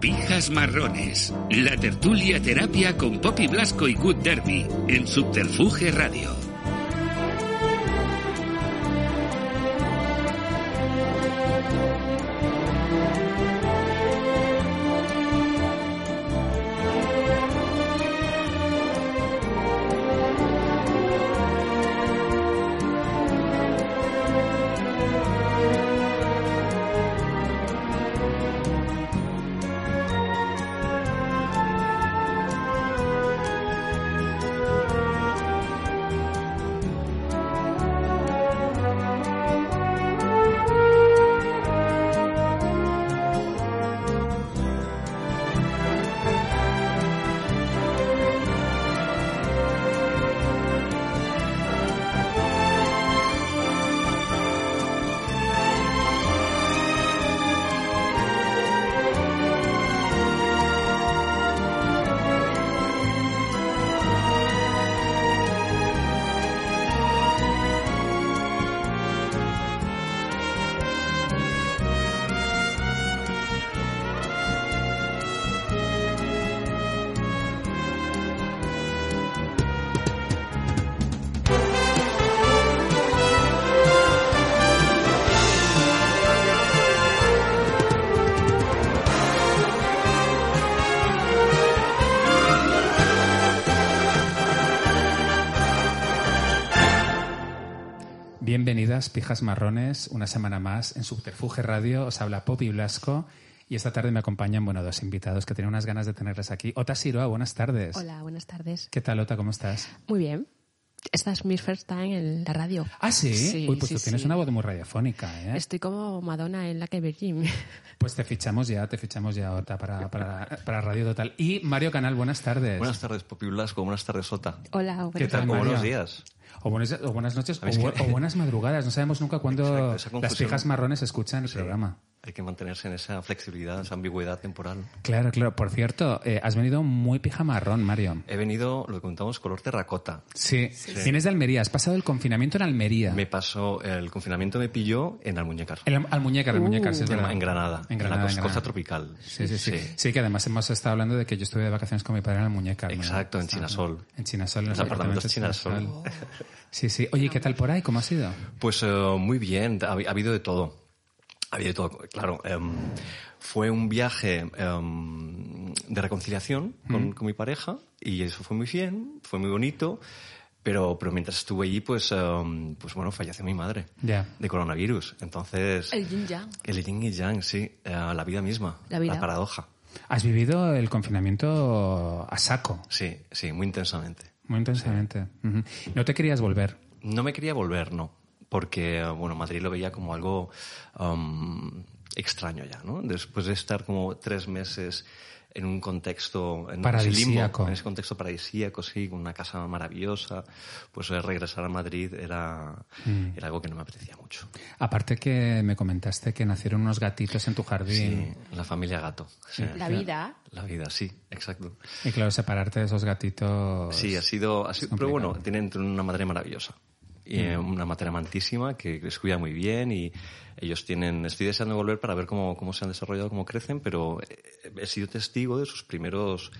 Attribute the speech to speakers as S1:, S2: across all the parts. S1: Pijas Marrones, la tertulia terapia con Poppy Blasco y Good Derby en Subterfuge Radio.
S2: Bienvenidas, pijas marrones, una semana más en Subterfuge Radio. Os habla Poppy Blasco y esta tarde me acompañan, bueno, dos invitados que tenía unas ganas de tenerles aquí. Ota Siroa, buenas tardes.
S3: Hola, buenas tardes.
S2: ¿Qué tal, Ota? ¿Cómo estás?
S3: Muy bien. Esta es mi first time en la radio.
S2: Ah, sí.
S3: Sí,
S2: Uy, pues
S3: sí,
S2: tú tienes
S3: sí.
S2: una voz muy radiofónica, ¿eh?
S3: Estoy como Madonna en la que Virgin.
S2: Pues te fichamos ya, te fichamos ya, Ota, para, para, para Radio Total. Y Mario Canal, buenas tardes.
S4: Buenas tardes, Popi Blasco. Buenas tardes, Sota.
S3: Hola, buenas
S2: ¿Qué tal,
S3: tardes.
S4: O
S2: Mario?
S4: buenos días.
S2: O buenas, o buenas noches, o,
S4: Es que-
S2: bu- o buenas madrugadas. No sabemos nunca cuándo
S4: Exacto, esa
S2: las
S4: confusión.
S2: pijas marrones escuchan el programa.
S4: Hay que mantenerse en esa flexibilidad, esa ambigüedad temporal.
S2: Claro, claro. Por cierto, eh, has venido muy pija marrón, Mario.
S4: He venido, lo que contamos, color terracota.
S2: Sí. Vienes de Almería. Has pasado el confinamiento en Almería.
S4: Me pasó, el confinamiento me pilló en Almuñécar,
S2: El, al muñecar, al muñecar, sí, es
S4: en,
S2: verdad.
S4: en Granada,
S2: En
S4: en
S2: Granada,
S4: la
S2: en
S4: cos-
S2: Granada.
S4: costa tropical.
S2: Sí, sí, sí, sí. que además hemos estado hablando de que yo estuve de vacaciones con mi padre en el muñecar.
S4: Exacto, en Chinasol.
S2: En Chinasol, en los
S4: Los apartamentos
S2: apartamentos
S4: Chinasol. Oh.
S2: Sí, sí. Oye, ¿qué tal por ahí? ¿Cómo ha sido?
S4: Pues eh, muy bien, ha, ha habido de todo. Ha habido de todo, claro. em, fue un viaje em, de reconciliación con, con mi pareja y eso fue muy bien, fue muy bonito. Pero, pero mientras estuve allí, pues, em, pues bueno, falleció mi madre
S2: Ya.
S4: de coronavirus. Entonces,
S3: El yin yang.
S4: el yin y yang, sí, eh, la vida misma,
S3: La vida.
S4: paradoja.
S2: Has vivido el confinamiento a saco,
S4: Sí, sí, muy intensamente.
S2: muy intensamente. Ujú. No te querías volver.
S4: No me quería volver, no, porque bueno, Madrid lo veía como algo um, extraño ya, ¿no? Después de estar como tres meses en un contexto en ese
S2: Paradisíaco.
S4: limbo, en ese contexto paradisíaco, sí, con una casa maravillosa, pues eh, regresar a Madrid era, era algo que no me apetecía mucho.
S2: Aparte que me comentaste que nacieron unos gatitos en tu jardín.
S4: Sí, la familia gato. sí.
S3: La vida.
S4: La vida, sí, exacto.
S2: Y claro, separarte de esos gatitos.
S4: Sí, ha sido, ha sido- pero
S2: complicado.
S4: bueno, tienen una madre maravillosa. Y eh, una madre amantísima que les cuida muy bien y ellos tienen, estoy deseando volver para ver cómo, cómo se han desarrollado, cómo crecen, pero eh, he sido testigo de sus primeros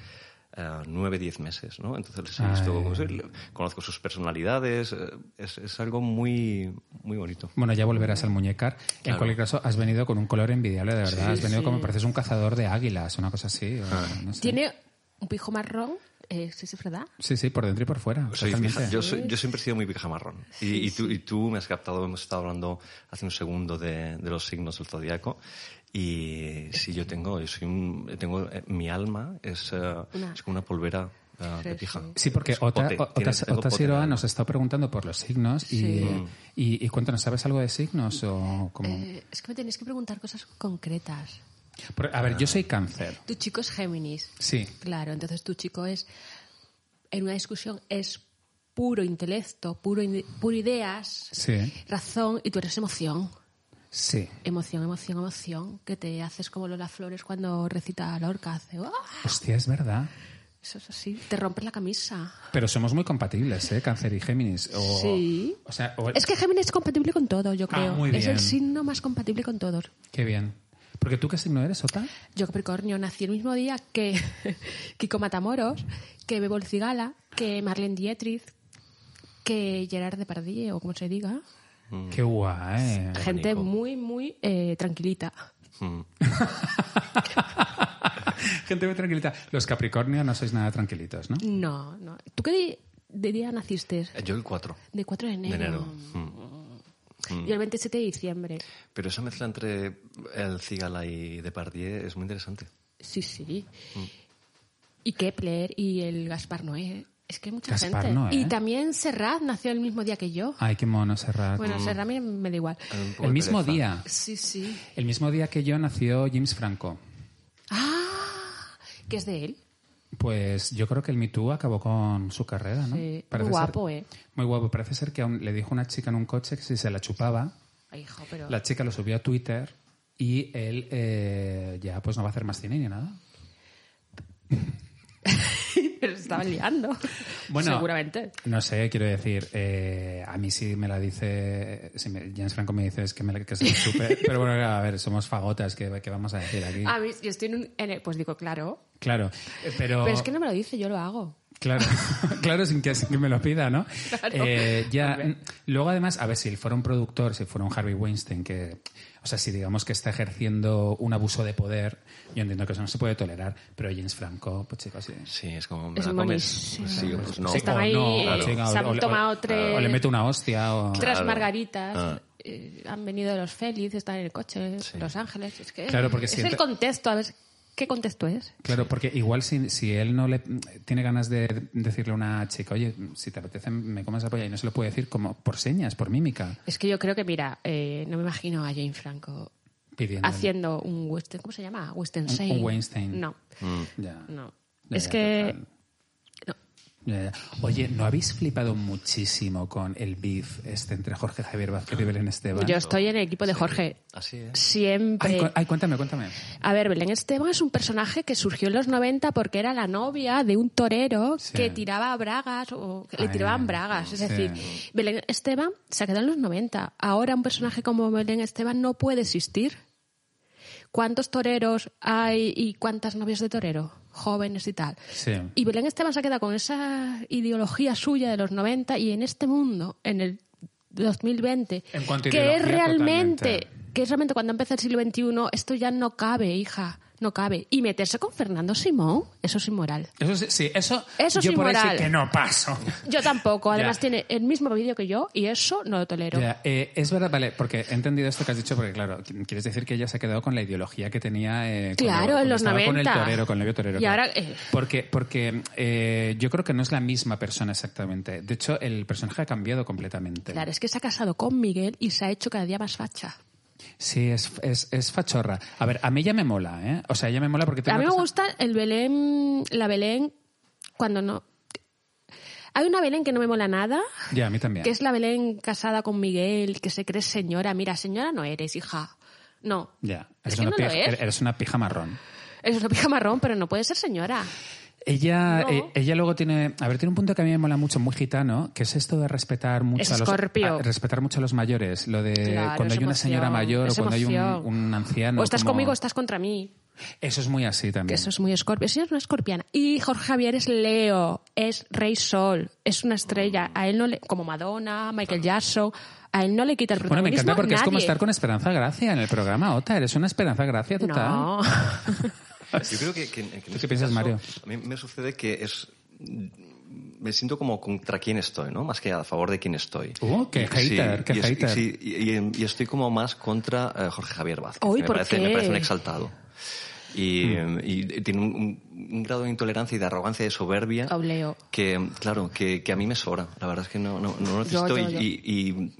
S4: eh, nueve, diez meses, ¿no? Entonces les he visto,
S2: Ay.
S4: cómo se- le- conozco sus personalidades, eh, es, es algo muy, muy bonito.
S2: Bueno, ya volverás al muñecar. En
S4: Claro.
S2: cualquier caso, has venido
S4: Ah.
S2: con un color envidiable, de verdad. has venido como pareces un cazador de águilas, una cosa así. o no sé.
S3: Tiene un pijo marrón, eh, sí, sí, es verdad.
S2: Sí, sí, por dentro y por fuera.
S4: Soy
S2: totalmente.
S4: pija- Pues yo, soy- yo siempre he sido muy pija marrón. Y, y tú, y tú me has captado, hemos estado hablando hace un segundo de, de los signos del zodiaco. Y sí, yo tengo, yo soy un- tengo, eh, mi alma es, eh, es como una polvera eh, de
S3: Sí,
S4: pija.
S3: sí.
S2: Sí, porque
S4: Es
S2: Ota,
S4: pote,
S2: Ota-
S4: tiene- tengo
S2: Ota
S4: pote en el
S2: Siroa
S4: alma.
S2: nos está preguntando por los signos y,
S3: Sí.
S2: y, y cuéntanos, ¿sabes algo de signos? o como-
S3: Eh, es que me tenéis que preguntar cosas concretas.
S2: Por- A ver, yo soy cáncer.
S3: Tu chico es Géminis.
S2: Sí.
S3: Claro, entonces tu chico es, en una discusión es puro intelecto, puro, in- puro ideas,
S2: Sí.
S3: razón, y tú eres emoción.
S2: Sí.
S3: Emoción, emoción, emoción, que te haces como Lola Flores cuando recita Lorca. Hace, ¡ah!
S2: Hostia, es verdad.
S3: Eso es así, te rompes la camisa.
S2: Pero somos muy compatibles, ¿eh? Cáncer y Géminis. O,
S3: Sí.
S2: O sea, o-
S3: Es que Géminis es compatible con todo, yo
S2: Ah,
S3: creo.
S2: muy
S3: Es el
S2: bien.
S3: signo más compatible con todos.
S2: Qué bien. Porque tú qué signo eres, Ota?
S3: Yo, Capricornio, nací el mismo día que Kiko Matamoros, que Bebol Cigala, que Marlene Dietrich, que Gerard Depardieu, o como se diga.
S4: Mm.
S2: Qué guay.
S3: Gente muy, muy eh, tranquilita.
S2: Gente muy tranquilita. Los Capricornio no sois nada tranquilitos, ¿no?
S3: No, no. ¿Tú qué di- de día naciste?
S4: Eh, Yo el 4
S3: De 4 de
S4: de
S3: enero.
S4: enero. Mm.
S2: Mm.
S3: Yo el 27 de diciembre.
S4: Pero esa mezcla entre el Cigala y Depardieu es muy interesante.
S3: Sí, sí.
S2: Mm.
S3: Y Kepler y el Gaspar Noé. Es que hay mucha
S2: Gaspar
S3: gente.
S2: Noé. Ah,
S3: Y también Serrat nació el mismo día que yo.
S2: Ay, qué mono, Serrat.
S3: Bueno, Serrat me, me da igual.
S4: Hay un poco
S2: el
S4: de
S2: mismo
S4: pereza.
S2: día.
S3: Sí, sí.
S2: El mismo día que yo nació James Franco.
S3: Ah, que es de él.
S2: Pues yo creo que el Me Too acabó con su carrera, ¿no?
S3: Sí.
S2: Parece
S3: Muy guapo,
S2: ser-
S3: ¿eh?
S2: Muy guapo. Parece ser que aún le dijo una chica en un coche que si se la chupaba,
S3: Ay, hijo, pero...
S2: la chica lo subió a Twitter y él eh, ya pues no va a hacer más cine ni nada.
S3: pero se estaba liando.
S2: Bueno,
S3: Seguramente.
S2: No sé, quiero decir, eh, a mí sí me la dice, si me- James Franco me dice es que, me, la- que se la chupe, pero bueno, a ver, somos fagotas, ¿qué, qué vamos a decir aquí?
S3: A mí, Ah, yo estoy en un... en el- pues digo, claro.
S2: Claro, eh, pero...
S3: Pero es que no me lo dice, yo lo hago.
S2: Claro, claro, sin que, sin que me lo pida, ¿no? Eh, ya, luego, además, a ver, si él fuera un productor, si fuera un Harvey Weinstein, que, o sea, si digamos que está ejerciendo un abuso de poder, yo entiendo que eso no se puede tolerar, pero James Franco, pues chicos, sí.
S4: Sí, es como me
S3: Es
S4: la comes.
S3: buenísimo.
S4: Sí, pues no.
S3: Se Están ahí, eh, se han tomado tres-
S2: o le meto una hostia, o...
S3: Tres
S4: Claro.
S3: margaritas.
S4: Ah.
S3: eh, han venido los Félix, están en el coche,
S4: Sí.
S3: Los Ángeles. Es que
S2: Claro, porque
S3: es
S2: si
S3: el
S2: entra-
S3: contexto. A ver, ¿qué contexto es?
S2: Claro, porque igual si, si él no le tiene ganas de decirle a una chica, oye, si te apetece me comes la polla y no se lo puede decir como por señas, por mímica,
S3: Es que yo creo que, mira, eh, no me imagino a Jane Franco
S2: pidiendo.
S3: haciendo un western, ¿cómo se llama? Western
S2: Un-
S3: Shane.
S2: un Weinstein.
S3: No,
S4: Mm.
S2: Ya.
S3: no.
S2: Ya,
S3: es
S2: ya,
S3: que
S2: total.
S3: no.
S2: Ya, ya. Oye, ¿no habéis flipado muchísimo con el beef este entre Jorge Javier Vázquez y Belén Esteban?
S3: yo estoy en el equipo de Jorge.
S4: Así es.
S2: Ay,
S3: Siempre.
S2: cu- ay, cuéntame, cuéntame.
S3: A ver, Belén Esteban es un personaje que surgió en los 90 porque era la novia de un torero
S2: Sí.
S3: que tiraba bragas o que le
S2: Ay,
S3: tiraban bragas. Es
S2: sí.
S3: decir, Belén Esteban se ha quedado en los 90. Ahora un personaje como Belén Esteban no puede existir. ¿Cuántos toreros hay y cuántas novias de torero? Jóvenes y tal.
S2: Sí.
S3: Y Belén Esteban se ha quedado con esa ideología suya de los 90 y en este mundo, en el 2020,
S2: En cuanto a
S3: que es
S2: ideología,
S3: realmente,
S2: totalmente.
S3: que es realmente cuando empieza el siglo XXI, esto ya no cabe, hija, no cabe. Y meterse con Fernando Simón, eso es inmoral.
S2: Eso sí, sí, eso,
S3: Eso es
S2: yo por ahí sí
S3: inmoral.
S2: que no paso.
S3: Yo tampoco, además
S2: Ya.
S3: tiene el mismo vídeo que yo y eso no lo tolero.
S2: Ya, eh, es verdad, vale, porque he entendido esto que has dicho, porque claro, qu- quieres decir que ella se ha quedado con la ideología que tenía eh, cuando-
S3: Claro, en
S2: cuando
S3: los
S2: estaba con el
S3: 90.
S2: torero, con el novio torero.
S3: Y
S2: claro.
S3: ahora, eh.
S2: Porque, porque eh, yo creo que no es la misma persona exactamente. De hecho, el personaje ha cambiado completamente.
S3: Claro, es que se ha casado con Miguel y se ha hecho cada día más facha.
S2: Sí, es, es, es fachorra. A ver, a mí ella me mola, ¿eh? O sea, ella me mola porque... tiene
S3: A mí
S2: una
S3: me
S2: cosa-
S3: gusta el Belén, la Belén, cuando no. Hay una Belén que no me mola nada,
S2: Ya, a mí también.
S3: que es la Belén casada con Miguel, que se cree señora. Mira, señora no eres, hija. No.
S2: Ya, eres,
S3: Es que
S2: una
S3: no lo
S2: pija,
S3: es.
S2: eres una pija marrón.
S3: Es una pija marrón, pero no puede ser señora.
S2: Ella,
S3: No.
S2: eh, ella luego tiene, a ver, tiene un punto que a mí me mola mucho, muy gitano, que es esto de respetar mucho
S3: Es
S2: a los
S3: escorpio.
S2: a respetar mucho a los mayores, lo de
S3: Claro,
S2: cuando hay
S3: es
S2: una señora
S3: emoción,
S2: mayor o
S3: es
S2: cuando hay un,
S3: emoción.
S2: un anciano.
S3: o estás
S2: como-
S3: conmigo o estás contra mí.
S2: Eso es muy así
S3: Que
S2: también.
S3: eso es muy escorpio. Esa es una escorpiana. Y Jorge Javier es Leo, es Rey Sol, es una estrella. A él no le, como Madonna, Michael Jackson, a él no le quita el
S2: bueno, me
S3: protagonismo.
S2: encanta porque es como
S3: nadie.
S2: estar con Esperanza Gracia en el programa Ota, eres una Esperanza Gracia total.
S3: No.
S4: Yo creo que... que- que en
S2: qué
S4: este
S2: piensas,
S4: caso,
S2: Mario?
S4: A mí me sucede que es... Me siento como contra quién estoy, ¿no? Más que a favor de quién estoy.
S2: Oh, qué hater, qué
S4: y es- y
S2: hater.
S4: sí, y, em, y- y estoy como más contra eh, Jorge Javier Vázquez.
S3: Uy,
S4: me,
S3: ¿por
S4: parece,
S3: qué?
S4: me parece un exaltado. Y,
S2: Mm.
S4: eh, y tiene un, un- un grado de intolerancia y de arrogancia y de soberbia
S2: ¿eh?
S3: Obleo.
S4: que, em, claro, que, que a mí me sobra. La verdad es que no, no, no lo necesito
S3: yo,
S4: y-
S3: yo.
S4: Y, y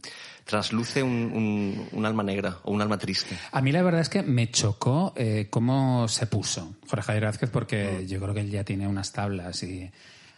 S4: trasluce un, un- un alma negra o un alma triste.
S2: A mí la verdad es que me chocó eh, cómo se puso Jorge Javier Vázquez, porque yo creo que él ya tiene unas tablas y,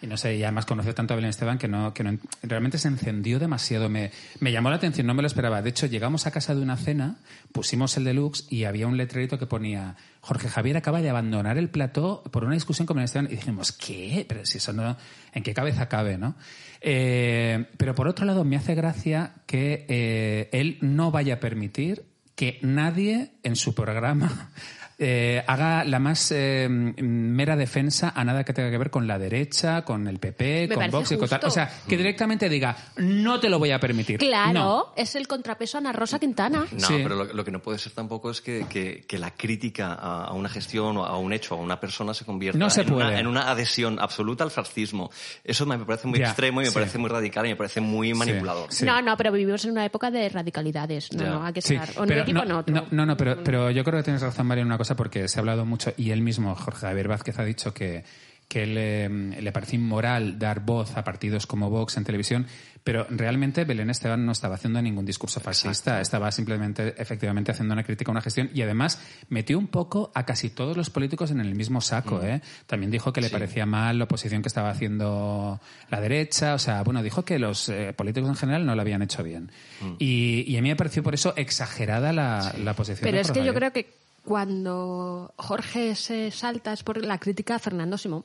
S2: y no sé, y además conoció tanto a Belén Esteban que no, que no en- realmente se encendió demasiado. Me, me llamó la atención, no me lo esperaba. De hecho, llegamos a casa de una cena, pusimos el deluxe y había un letrerito que ponía Jorge Javier acaba de abandonar el plató por una discusión con Belén Esteban y dijimos, ¿qué? Pero si eso no, ¿en qué cabeza cabe, no? Eh, pero por otro lado, me hace gracia que eh, él no vaya a permitir que nadie en su programa eh, haga la más eh, mera defensa a nada que tenga que ver con la derecha, con el PP,
S3: Me
S2: con
S3: parece
S2: Vox y con tal.
S3: justo.
S2: O sea, que directamente diga, no te lo voy a permitir.
S3: Claro,
S2: No.
S3: es el contrapeso a Ana Rosa Quintana.
S4: No,
S2: Sí.
S4: pero lo, lo que no puede ser tampoco es que, que- que la crítica a, a una gestión o a un hecho, a una persona, se convierta
S2: No se
S4: en, una,
S2: puede.
S4: en una adhesión absoluta al fascismo. Eso me parece muy
S2: Ya,
S4: extremo y me
S2: sí.
S4: parece muy radical y me parece muy manipulador.
S2: Sí.
S3: No, no, pero vivimos en una época de radicalidades. No,
S4: Ya.
S3: no, hay que
S2: Sí,
S3: estar o en un
S2: pero
S3: equipo o en
S2: no,
S3: otro. Mm.
S2: no, no, no, pero, pero yo creo que tienes razón, Mario, en una cosa, porque se ha hablado mucho, y él mismo, Jorge Javier Vázquez, ha dicho que, que le, le parece inmoral dar voz a partidos como Vox en televisión, pero realmente Belén Esteban no estaba haciendo ningún discurso fascista, estaba simplemente, efectivamente, haciendo una crítica a una gestión, y además metió un poco a casi todos los políticos en el mismo saco. ¿eh? También dijo que le parecía mal la oposición que estaba haciendo la derecha, o sea, bueno, dijo que los eh, políticos en general no lo habían hecho bien. Y, y a mí me pareció por eso exagerada la, la posición.
S3: Pero
S2: de
S3: es
S2: Jorge
S3: que yo
S2: Javier.
S3: creo que cuando Jorge se salta es por la crítica a Fernando Simón.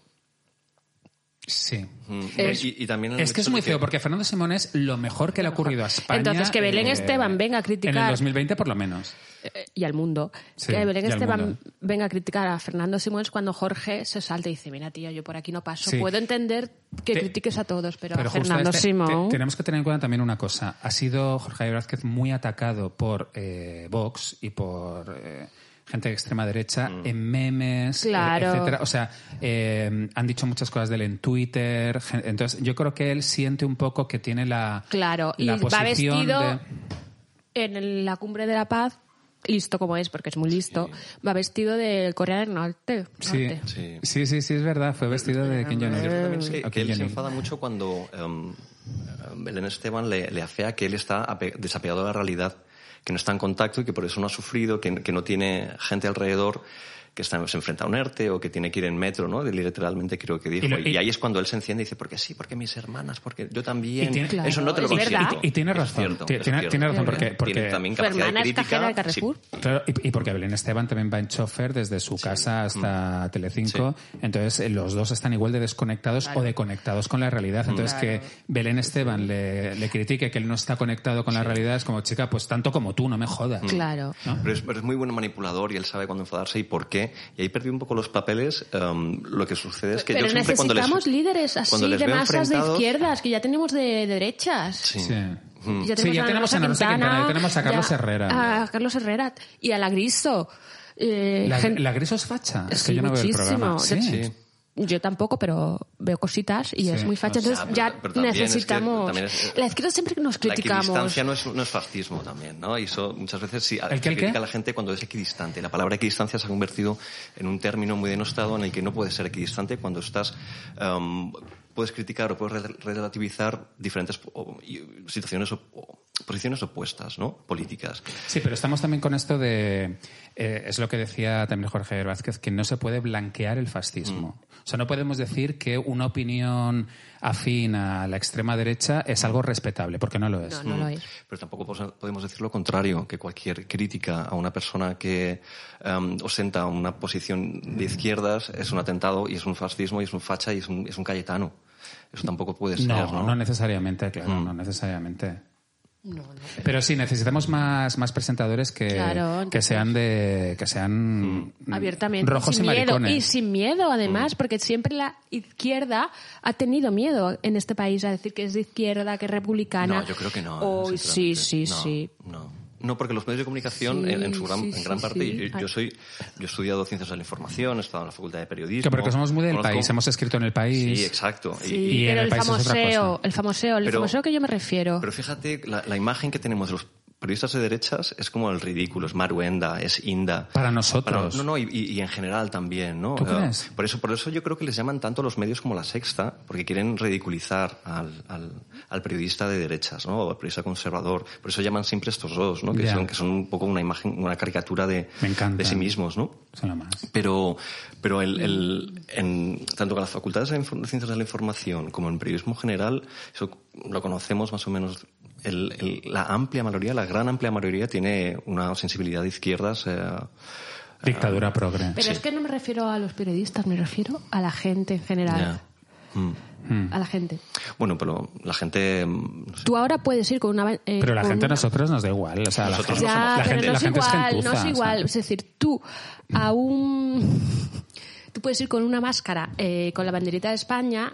S2: Sí.
S4: Mm,
S3: Es-
S4: y, y también el
S2: Es que es
S4: hecho
S2: muy
S4: de
S2: feo, porque Fernando Simón es lo mejor que le ha ocurrido a España.
S3: Entonces, que Belén
S2: eh,
S3: Esteban venga a criticar-
S2: En el 2020, por lo menos.
S3: eh, y al mundo.
S2: Sí,
S3: que Belén
S2: y al
S3: Esteban
S2: mundo.
S3: venga a criticar a Fernando Simón es cuando Jorge se salta y dice, mira tío, yo por aquí no paso.
S2: Sí.
S3: Puedo entender que
S2: Te-
S3: critiques a todos, pero, a
S2: justo
S3: Fernando
S2: este-
S3: Simón...
S2: te- tenemos que tener en cuenta también una cosa. Ha sido Jorge Javier Vázquez muy atacado por eh, Vox y por eh, gente de extrema derecha
S4: Mm.
S2: en memes, eh,
S3: Claro.
S2: etcétera. O sea, eh, han dicho muchas cosas de él en Twitter. gen- Entonces, yo creo que él siente un poco que tiene la,
S3: Claro, y
S2: la
S3: va
S2: posición
S3: vestido
S2: de-
S3: en el- la cumbre de la paz, listo como es, porque es muy listo, va vestido de Corea del Norte.
S2: Sí,
S3: Norte.
S4: Sí.
S2: sí, sí, sí, es verdad. Fue vestido de Kim Jong-un.
S4: Yo creo también que,
S2: O Kim
S4: que él se
S2: Jong-il.
S4: enfada mucho cuando em, em, Belén Esteban le, le afea que él está ape- desapegado de la realidad, que no está en contacto y que por eso no ha sufrido, que, que no tiene gente alrededor que está, se enfrenta a un ERTE o que tiene que ir en metro, ¿no? Literalmente creo que dijo.
S2: Y
S4: Y,
S2: lo- y-
S4: ahí es cuando él se enciende y dice, porque sí, porque mis hermanas, porque yo también.
S2: Y tiene- Claro,
S4: eso no te lo
S3: es verdad.
S4: consiento.
S2: Y- y tiene
S4: Eso es
S2: razón.
S4: cierto,
S2: Tiene-
S4: eso es
S2: tiene-
S4: cierto.
S2: tiene razón, porque-
S4: Tiene
S2: porque-
S4: también
S3: Su
S4: capacidad
S3: hermana
S4: de
S3: es cajera
S4: crítica.
S3: de Carrefour.
S4: Sí.
S2: Claro, y, y porque Belén Esteban también va en chofer desde su casa hasta Telecinco, entonces eh, los dos están igual de desconectados o deconectados con la realidad. Entonces que Belén Esteban le, le critique que él no está conectado con la realidad es como, chica, pues tanto como tú, no me jodas.
S3: Claro.
S2: Ah.
S4: Pero Mm. es, pero es muy buen manipulador y él sabe cuándo enfadarse y por qué. Y ahí perdí un poco los papeles. em, lo que sucede es que
S3: pero
S4: yo siempre cuando les-
S3: necesitamos líderes
S4: cuando
S3: así
S4: les
S3: de
S4: veo
S3: masas de
S4: enfrentados-
S3: izquierdas, que ya tenemos de derechas.
S4: Sí.
S2: Sí. Sí,
S3: Ya tenemos,
S2: ya
S3: a, Ana
S2: tenemos
S3: Rosa
S2: a Ana Rosa
S3: Quintana,
S2: Quintana, ya tenemos a Carlos
S3: ya-
S2: Herrera.
S3: A Carlos Herrera y a la Griso. Eh,
S2: La,
S3: gen-
S2: la Griso es facha. Es que
S3: Sí,
S2: yo no veo el
S3: muchísimo.
S2: programa. Sí.
S4: Sí.
S3: Yo tampoco, pero veo cositas y es muy facha.
S2: o sea,
S3: Entonces
S4: Ah, pero-
S3: ya
S4: pero también es que-
S3: necesitamos...
S4: también es-
S3: la izquierda siempre nos criticamos.
S4: La equidistancia no es, no es fascismo también, ¿no? Y eso muchas veces sí,
S2: ¿El qué, el
S4: se critica
S2: qué?
S4: a la gente cuando es equidistante. La palabra equidistancia se ha convertido en un término muy denostado en el que no puedes ser equidistante cuando estás... em, puedes criticar o puedes re- relativizar diferentes o- y- situaciones o- o posiciones opuestas, ¿no? Políticas.
S2: Sí, pero estamos también con esto de. eh, es lo que decía también Jorge Vázquez, que no se puede blanquear el fascismo.
S4: Mm.
S2: O sea, no podemos decir que una opinión afín a la extrema derecha es algo respetable, porque no lo es.
S3: No, no lo es.
S4: Pero tampoco pos- podemos decir lo contrario, que cualquier crítica a una persona que em, ostenta una posición de izquierdas es un atentado y es un fascismo y es un facha y es un, es un cayetano. Eso tampoco puede ser,
S2: No,
S4: ¿no? Mm.
S2: no necesariamente, claro, no necesariamente.
S3: No, no.
S2: Pero sí, necesitamos más, más presentadores que,
S3: Claro,
S2: que
S3: entonces-
S2: sean de que
S4: Mm.
S2: sean
S3: Abiertamente.
S2: Mm. rojos
S3: sin
S2: y
S3: miedo.
S2: maricones.
S3: Y sin miedo, además, porque siempre la izquierda ha tenido miedo en este país a decir que es de izquierda, que es republicana.
S4: No, yo creo que no.
S3: Oh, sí, sí,
S4: sinceramente. No,
S3: sí.
S4: No, No, porque los medios de comunicación,
S3: Sí,
S4: en, en su gran,
S3: sí,
S4: en gran
S3: sí,
S4: parte,
S3: sí.
S4: yo, yo soy, yo he estudiado ciencias de la información, he estado en la facultad de periodismo.
S2: Que porque somos muy del
S4: conozco-
S2: país, hemos escrito en el país.
S4: Sí, exacto. Y-
S3: Sí,
S2: y en
S3: pero
S2: el
S3: el,
S2: país es otra
S3: famoseo,
S2: cosa.
S3: el famoseo, el
S4: Pero-
S3: famoseo que yo me refiero.
S4: Pero fíjate, la, la imagen que tenemos de los periodistas de derechas es como el ridículo, es Maruenda, es Inda.
S2: Para nosotros.
S4: no, no, y, y- y en general también, ¿no?
S2: ¿Tú
S4: Eh,
S2: crees?
S4: Por eso, por eso yo creo que les llaman tanto los medios como la sexta, porque quieren ridiculizar al, al- al periodista de derechas, ¿no? O al periodista conservador. Por eso llaman siempre estos dos, ¿no? Que,
S2: Ya.
S4: son, que son un poco una imagen, una caricatura de,
S2: Me encanta.
S4: de sí mismos, ¿no?
S2: Son lo más.
S4: Pero, pero el,
S2: Mm.
S4: el- en, tanto que las facultades de Infor- Ciencias de la Información como en periodismo general, eso lo conocemos más o menos. el- el- la amplia mayoría, la gran amplia mayoría, tiene una sensibilidad de izquierdas. eh,
S2: Dictadura progre.
S3: Pero
S4: Sí.
S3: es que no me refiero a los periodistas, me refiero a la gente en general.
S4: ya. Mm.
S3: A la gente.
S2: Hmm.
S4: Bueno, pero la gente. mm, no sé.
S3: Tú ahora puedes ir con una. eh,
S2: Pero la
S3: con
S2: gente a
S3: una-
S2: nosotros nos da igual. O sea, la
S4: Nosotros
S2: gente-
S4: no
S3: Ya,
S2: la
S3: pero
S2: gente-
S3: no
S2: la
S3: es
S2: gente es
S3: igual,
S2: gentuza,
S3: no es
S2: o sea.
S3: igual. Es decir, tú a un... Tú puedes ir con una máscara, eh, con la banderita de España,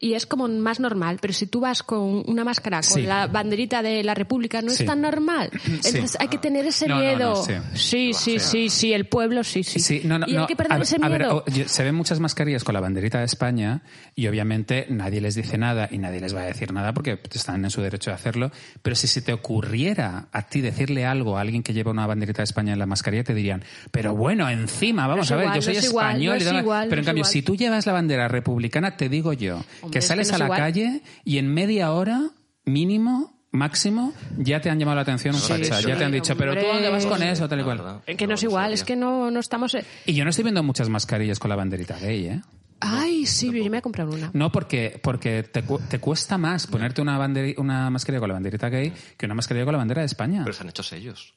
S3: y es como más normal. Pero si tú vas con una máscara, con
S2: Sí.
S3: la banderita de la República, no
S2: Sí.
S3: es tan normal. Entonces hay que tener ese
S2: No, no, no,
S3: miedo.
S2: sí.
S3: sí. sí, sí, sí, el pueblo, sí, sí.
S2: Sí, no, no,
S3: y
S2: no,
S3: hay que
S2: a
S3: perder
S2: ver-
S3: ese
S2: a
S3: miedo.
S2: ver, oh, o- yo- se ven muchas mascarillas con la banderita de España y obviamente nadie les dice nada y nadie les va a decir nada porque están en su derecho de hacerlo. Pero si se te ocurriera a ti decirle algo a alguien que lleva una banderita de España en la mascarilla, te dirían, pero bueno, encima, vamos
S3: No es
S2: a ver,
S3: igual,
S2: yo soy
S3: no es igual,
S2: español.
S3: no
S2: y
S3: es
S2: demás".
S3: igual,
S2: pero
S3: no
S2: en
S3: es
S2: cambio,
S3: igual.
S2: si tú llevas la bandera republicana, te digo yo, que
S3: es que
S2: sales
S3: no es
S2: a la
S3: igual.
S2: calle y en media hora, mínimo, máximo, ya te han llamado la atención un
S4: Sí,
S2: facha,
S4: sí,
S2: ya te han dicho, pero tú
S3: hombre.
S2: dónde vas con eso, tal y
S4: La
S2: cual.
S4: verdad.
S3: Eh, que no es igual, es que no, no estamos... eh,
S2: Y yo no estoy viendo muchas mascarillas con la banderita gay, ¿eh?
S3: Ay, sí, yo me he comprado una.
S2: No, porque, porque te, cu- te cuesta más ponerte una, banderi- una mascarilla con la banderita gay que una mascarilla con la bandera de España.
S4: Pero se han hecho sellos.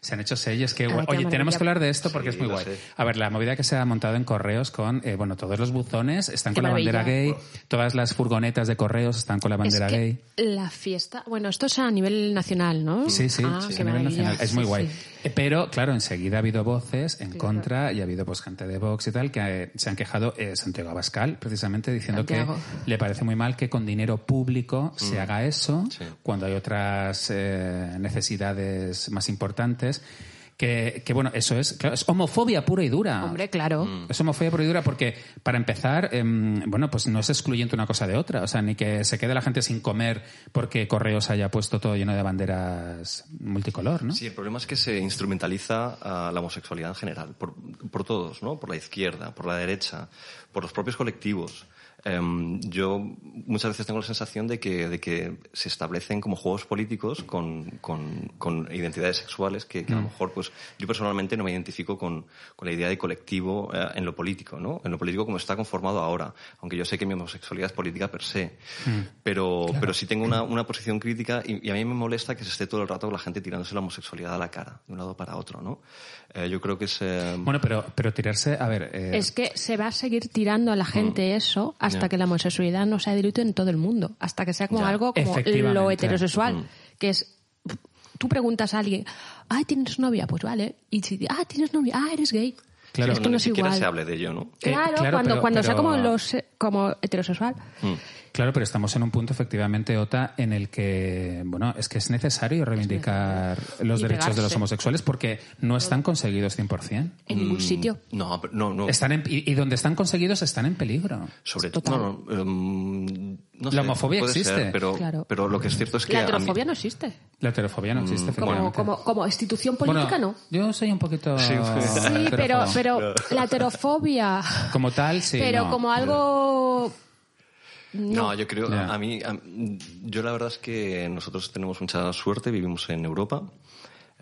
S2: Se han hecho sellos que...
S3: Ay,
S2: guay.
S3: qué
S2: Oye, tenemos
S3: maravilla.
S2: que hablar de esto porque
S4: Sí,
S2: es muy
S4: lo
S2: guay.
S4: sé.
S2: A ver, la movida que se ha montado en correos con... eh, bueno, todos los buzones están
S3: Qué
S2: con la bandera
S3: maravilla.
S2: gay, todas las furgonetas de correos están con la bandera
S3: es que
S2: gay.
S3: La fiesta, bueno, esto es a nivel nacional, ¿no?
S2: Sí, sí,
S3: Ah,
S2: sí,
S3: qué
S2: a nivel
S3: maravilla.
S2: nacional. Es muy
S3: Sí,
S2: guay.
S3: sí.
S2: Eh, Pero, claro, enseguida ha habido voces en contra y ha habido pues, gente de Vox y tal que eh, se han quejado, eh, Santiago Abascal, precisamente, diciendo
S3: Santiago.
S2: que le parece muy mal que con dinero público se haga eso
S4: Sí.
S2: cuando hay otras eh, necesidades más importantes. Que, que, bueno, eso es, claro, es homofobia pura y dura.
S4: Ah.
S3: Hombre, claro.
S4: Mm.
S2: Es homofobia pura y dura porque, para empezar, em, bueno, pues no es excluyente una cosa de otra. O sea, ni que se quede la gente sin comer porque Correos haya puesto todo lleno de banderas multicolor, ¿no?
S4: Sí, el problema es que se instrumentaliza ah, la homosexualidad en general, por, por todos, ¿no? Por la izquierda, por la derecha, por los propios colectivos. Em, yo muchas veces tengo la sensación de que, de que se establecen como juegos políticos con, con- con identidades sexuales que, que a lo mejor, pues, yo personalmente no me identifico con, con la idea de colectivo eh, en lo político, ¿no? En lo político como está conformado ahora, aunque yo sé que mi homosexualidad es política per se.
S3: Mm.
S4: Pero, pero sí tengo una, una posición crítica y, y a mí me molesta que se esté todo el rato la gente tirándose la homosexualidad a la cara, de un lado para otro, ¿no? Eh, yo creo que es... eh,
S2: Bueno, pero, pero tirarse, a ver, eh,
S3: Es que se va a seguir tirando a la gente eso hasta
S4: Mm. Ya.
S3: que la homosexualidad no sea delito en todo el mundo, hasta que sea como
S4: Ya. Mm.
S3: algo como
S2: Efectivamente.
S3: lo heterosexual, que es tú preguntas a alguien, "Ay, tienes novia." Pues vale, y si ah, tienes novia, ah, eres gay.
S2: Claro.
S3: es que no
S4: ni
S3: es
S4: siquiera
S3: igual.
S4: se hable de ello, ¿no?
S2: Eh,
S3: Claro,
S2: claro,
S3: cuando,
S2: pero-
S3: cuando sea
S2: pero-
S3: como los eh, como heterosexual.
S4: Mm.
S2: claro, pero estamos en un punto efectivamente, Ota, en el que, bueno, es que es necesario reivindicar los
S3: Y
S2: derechos de los
S3: pegarse.
S2: homosexuales porque no están conseguidos 100%.
S3: En ningún
S4: Mm.
S3: sitio.
S4: No, pero- no, no.
S2: Están en- y, y donde están conseguidos están en peligro.
S4: Sobre
S3: Total.
S4: todo, no, no, em, no sé,
S2: La homofobia
S4: puede
S2: existe.
S4: ser, pero,
S3: Claro.
S4: pero lo que es cierto es que...
S3: la
S4: a mí-
S3: heterofobia no existe.
S2: La heterofobia no
S4: Mm,
S2: existe.
S3: Como,
S2: efectivamente.
S3: como, como institución
S2: Bueno,
S3: política no.
S2: Yo soy un poquito...
S4: Sí, sí.
S3: Sí, pero,
S2: heterófobo.
S3: pero la heterofobia,
S2: Ah, Como tal, sí.
S3: pero
S2: no.
S3: como algo...
S4: No, yo creo,
S2: Ya.
S4: a mí, a- yo la verdad es que nosotros tenemos mucha suerte, vivimos en Europa.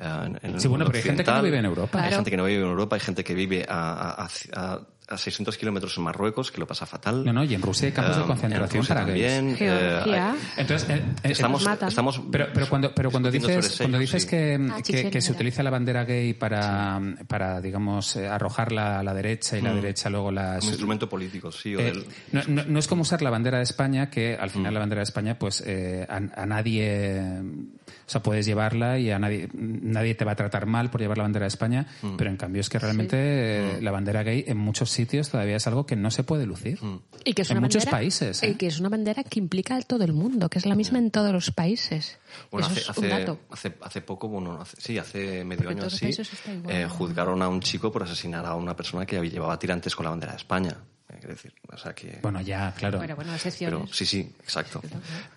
S4: eh, en- en el
S2: Sí, bueno,
S4: mundo
S2: pero hay gente que no
S4: occidental.
S2: vive en Europa.
S4: Hay
S3: Claro.
S4: gente que no vive en Europa, hay gente que vive a, a- a- a 600 kilómetros en Marruecos, que lo pasa fatal.
S2: No, no, y en Rusia hay campos de
S4: Eh,
S2: concentración
S4: en Rusia
S2: para gays.
S4: también, eh,
S3: Georgia.
S4: hay-
S2: Entonces, eh, eh,
S4: estamos,
S3: matan.
S4: estamos
S2: Pero, pero cuando, pero cuando
S4: discutiendo
S2: dices,
S4: sobre
S2: cuando
S4: sellos,
S2: dices
S4: sí.
S2: que,
S3: Ah,
S2: que-
S3: chichén,
S2: que se
S3: mira.
S2: utiliza la bandera gay para, para digamos, eh, arrojarla a la derecha y la derecha luego la...
S4: Mm. Como instrumento político, sí. o
S2: Eh,
S4: del- Mm.
S2: no, no- no es como usar la bandera de España, que al final la bandera de España, pues eh, a, a nadie. O sea, puedes llevarla y a nadie, nadie te va a tratar mal por llevar la bandera de España,
S4: Mm.
S2: pero en cambio es que realmente eh, la bandera gay en muchos sitios todavía es algo que no se puede lucir.
S4: Mm.
S3: Y que es
S2: en
S3: una
S2: muchos
S3: bandera-
S2: países. ¿eh?
S3: Y que es una bandera que implica a todo el mundo, que es la misma en todos los países.
S4: Bueno,
S3: Eso
S4: hace,
S3: es un
S4: hace,
S3: dato.
S4: hace, hace poco, bueno, hace- sí, hace medio
S3: Porque
S4: año
S3: todos
S4: así,
S3: esos está igual,
S4: eh,
S3: ¿no?
S4: juzgaron a un chico por asesinar a una persona que llevaba tirantes con la bandera de España. Eh, quiero decir, o sea que...
S2: Bueno, ya, claro.
S3: Bueno, bueno, excepciones.
S4: Pero, sí, sí, exacto.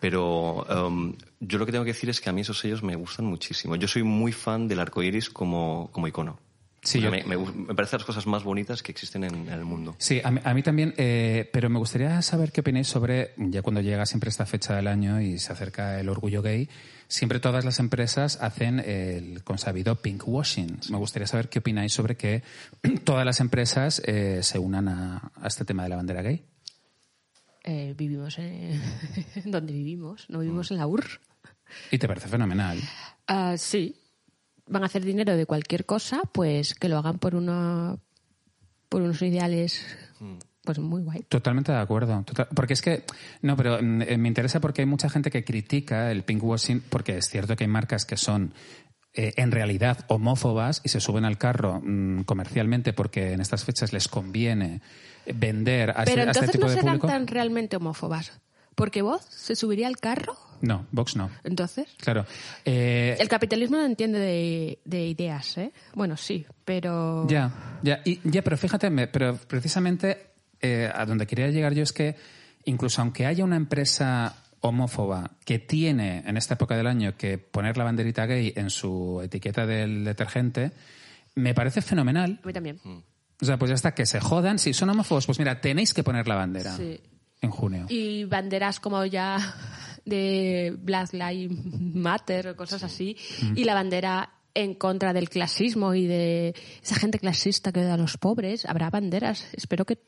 S4: Pero em, yo lo que tengo que decir es que a mí esos sellos me gustan muchísimo. Yo soy muy fan del arco iris como, como icono.
S2: Sí,
S4: O sea,
S2: yo-
S4: me, me gus- me parecen las cosas más bonitas que existen en, en el mundo.
S2: Sí, a mí, a mí también, eh, pero me gustaría saber qué opináis sobre, ya cuando llega siempre esta fecha del año y se acerca el orgullo gay, siempre todas las empresas hacen el consabido pinkwashing. Me gustaría saber qué opináis sobre que todas las empresas eh, se unan a, a este tema de la bandera gay.
S3: Eh, vivimos en donde vivimos, no vivimos
S4: Mm.
S3: en la UR.
S2: Y te parece fenomenal.
S3: Ah, sí. Van a hacer dinero de cualquier cosa, pues que lo hagan por una por unos ideales
S4: Mm.
S3: pues muy guay.
S2: Totalmente de acuerdo. Total- porque es que, no, pero mm, eh, me interesa porque hay mucha gente que critica el pinkwashing, porque es cierto que hay marcas que son eh, en realidad homófobas y se suben al carro mm, comercialmente porque en estas fechas les conviene vender a, este,
S3: Pero
S2: a este
S3: entonces
S2: tipo
S3: no
S2: de
S3: serán
S2: público.
S3: tan realmente homófobas, porque vos se subiría al carro,
S2: No, Vox no.
S3: entonces.
S2: Claro. Eh,
S3: El capitalismo no entiende de, de ideas, ¿eh? Bueno, sí, pero
S2: Ya, ya, y- ya, pero fíjate, me- pero precisamente eh, a donde quería llegar yo es que incluso aunque haya una empresa homófoba que tiene en esta época del año que poner la banderita gay en su etiqueta del detergente, me parece fenomenal.
S3: a mí también.
S2: O sea, pues ya está, que se jodan. Si son homófobos, pues mira, tenéis que poner la bandera
S3: Sí.
S2: en junio.
S3: Y banderas como ya de Black Lives Matter o cosas así.
S2: Mm.
S3: Y la bandera en contra del clasismo y de esa gente clasista que da a los pobres. Habrá banderas. Espero que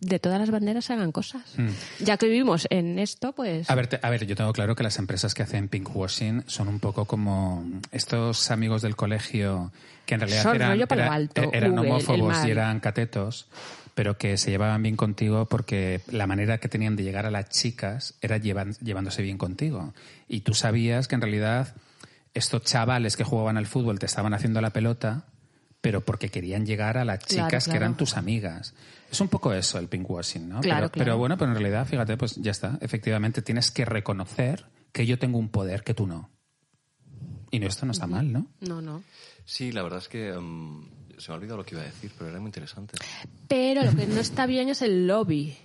S3: de todas las banderas se hagan cosas. Ya que vivimos en esto, pues...
S2: Mm. A ver, te- a ver, yo tengo claro que las empresas que hacen pinkwashing son un poco como estos amigos del colegio que en realidad
S3: Son
S2: eran,
S3: rollo palo
S2: era-
S3: alto,
S2: eh, eran
S3: Google, el
S2: homófobos
S3: mal.
S2: y eran catetos, pero que se llevaban bien contigo porque la manera que tenían de llegar a las chicas era llevan- llevándose bien contigo. Y tú sabías que en realidad estos chavales que jugaban al fútbol te estaban haciendo la pelota, pero porque querían llegar a las chicas
S3: Claro,
S2: que
S3: claro.
S2: eran tus amigas. Es un poco eso el pinkwashing, ¿no?
S3: Claro,
S2: pero, pero
S3: claro.
S2: bueno, pero en realidad, fíjate, pues ya está. Efectivamente, tienes que reconocer que yo tengo un poder que tú no. Y no, esto no está mal, ¿no?
S3: No, no.
S4: Sí, la verdad es que em, se me ha olvidado lo que iba a decir, pero era muy interesante.
S3: Pero lo que no está bien es el lobby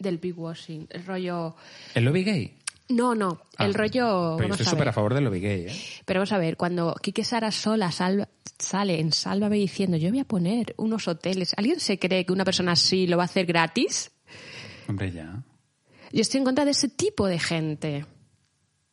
S3: del big washing. El rollo...
S2: El lobby gay.
S3: No, no. el
S2: Ah,
S3: rollo...
S2: Pero yo
S3: vamos
S2: estoy
S3: a
S2: súper
S3: ver.
S2: a favor del lobby gay, ¿eh?
S3: Pero vamos a ver, cuando Quique Sara sola salva- sale en Sálvame diciendo yo voy a poner unos hoteles, ¿alguien se cree que una persona así lo va a hacer gratis?
S2: Hombre, ya.
S3: Yo estoy en contra de ese tipo de gente.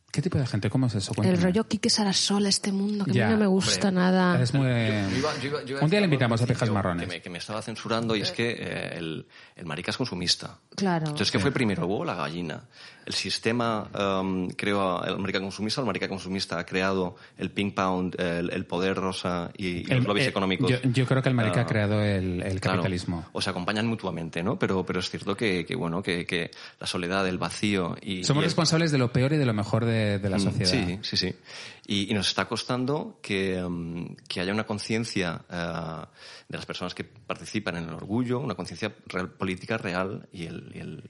S2: ¿Qué tipo de gente? ¿Cómo es eso? Cuéntame.
S3: El rollo Quique Sara sola, este mundo, que
S2: Ya,
S3: a mí no me gusta nada.
S2: Es muy...
S4: Yo iba- yo iba- yo iba
S2: Eh, un día
S4: decir
S2: le
S4: algo
S2: invitamos a
S4: al
S2: Pijas
S4: principio
S2: Marrones.
S4: Que me, que me estaba censurando y es que eh, el, el marica es consumista.
S3: Claro.
S4: Entonces, que fue primero el huevo o la gallina? El sistema, em, creo, el marica consumista, el marica consumista ha creado el ping pound, el, el poder rosa y, y
S2: El-
S4: los lobbies
S2: eh,
S4: económicos.
S2: Yo, yo creo que el marica
S4: Ah,
S2: ha creado el, el
S4: claro.
S2: capitalismo.
S4: o se acompañan mutuamente, ¿no? Pero, pero es cierto que, que, bueno, que, que la soledad, el vacío y...
S2: Somos
S4: y el-
S2: responsables de lo peor y de lo mejor de, de la sociedad.
S4: Mm, Sí, sí, sí. Y, y nos está costando que, mm, que haya una conciencia eh, de las personas que participan en el orgullo, una conciencia real- política real y, el, y, el-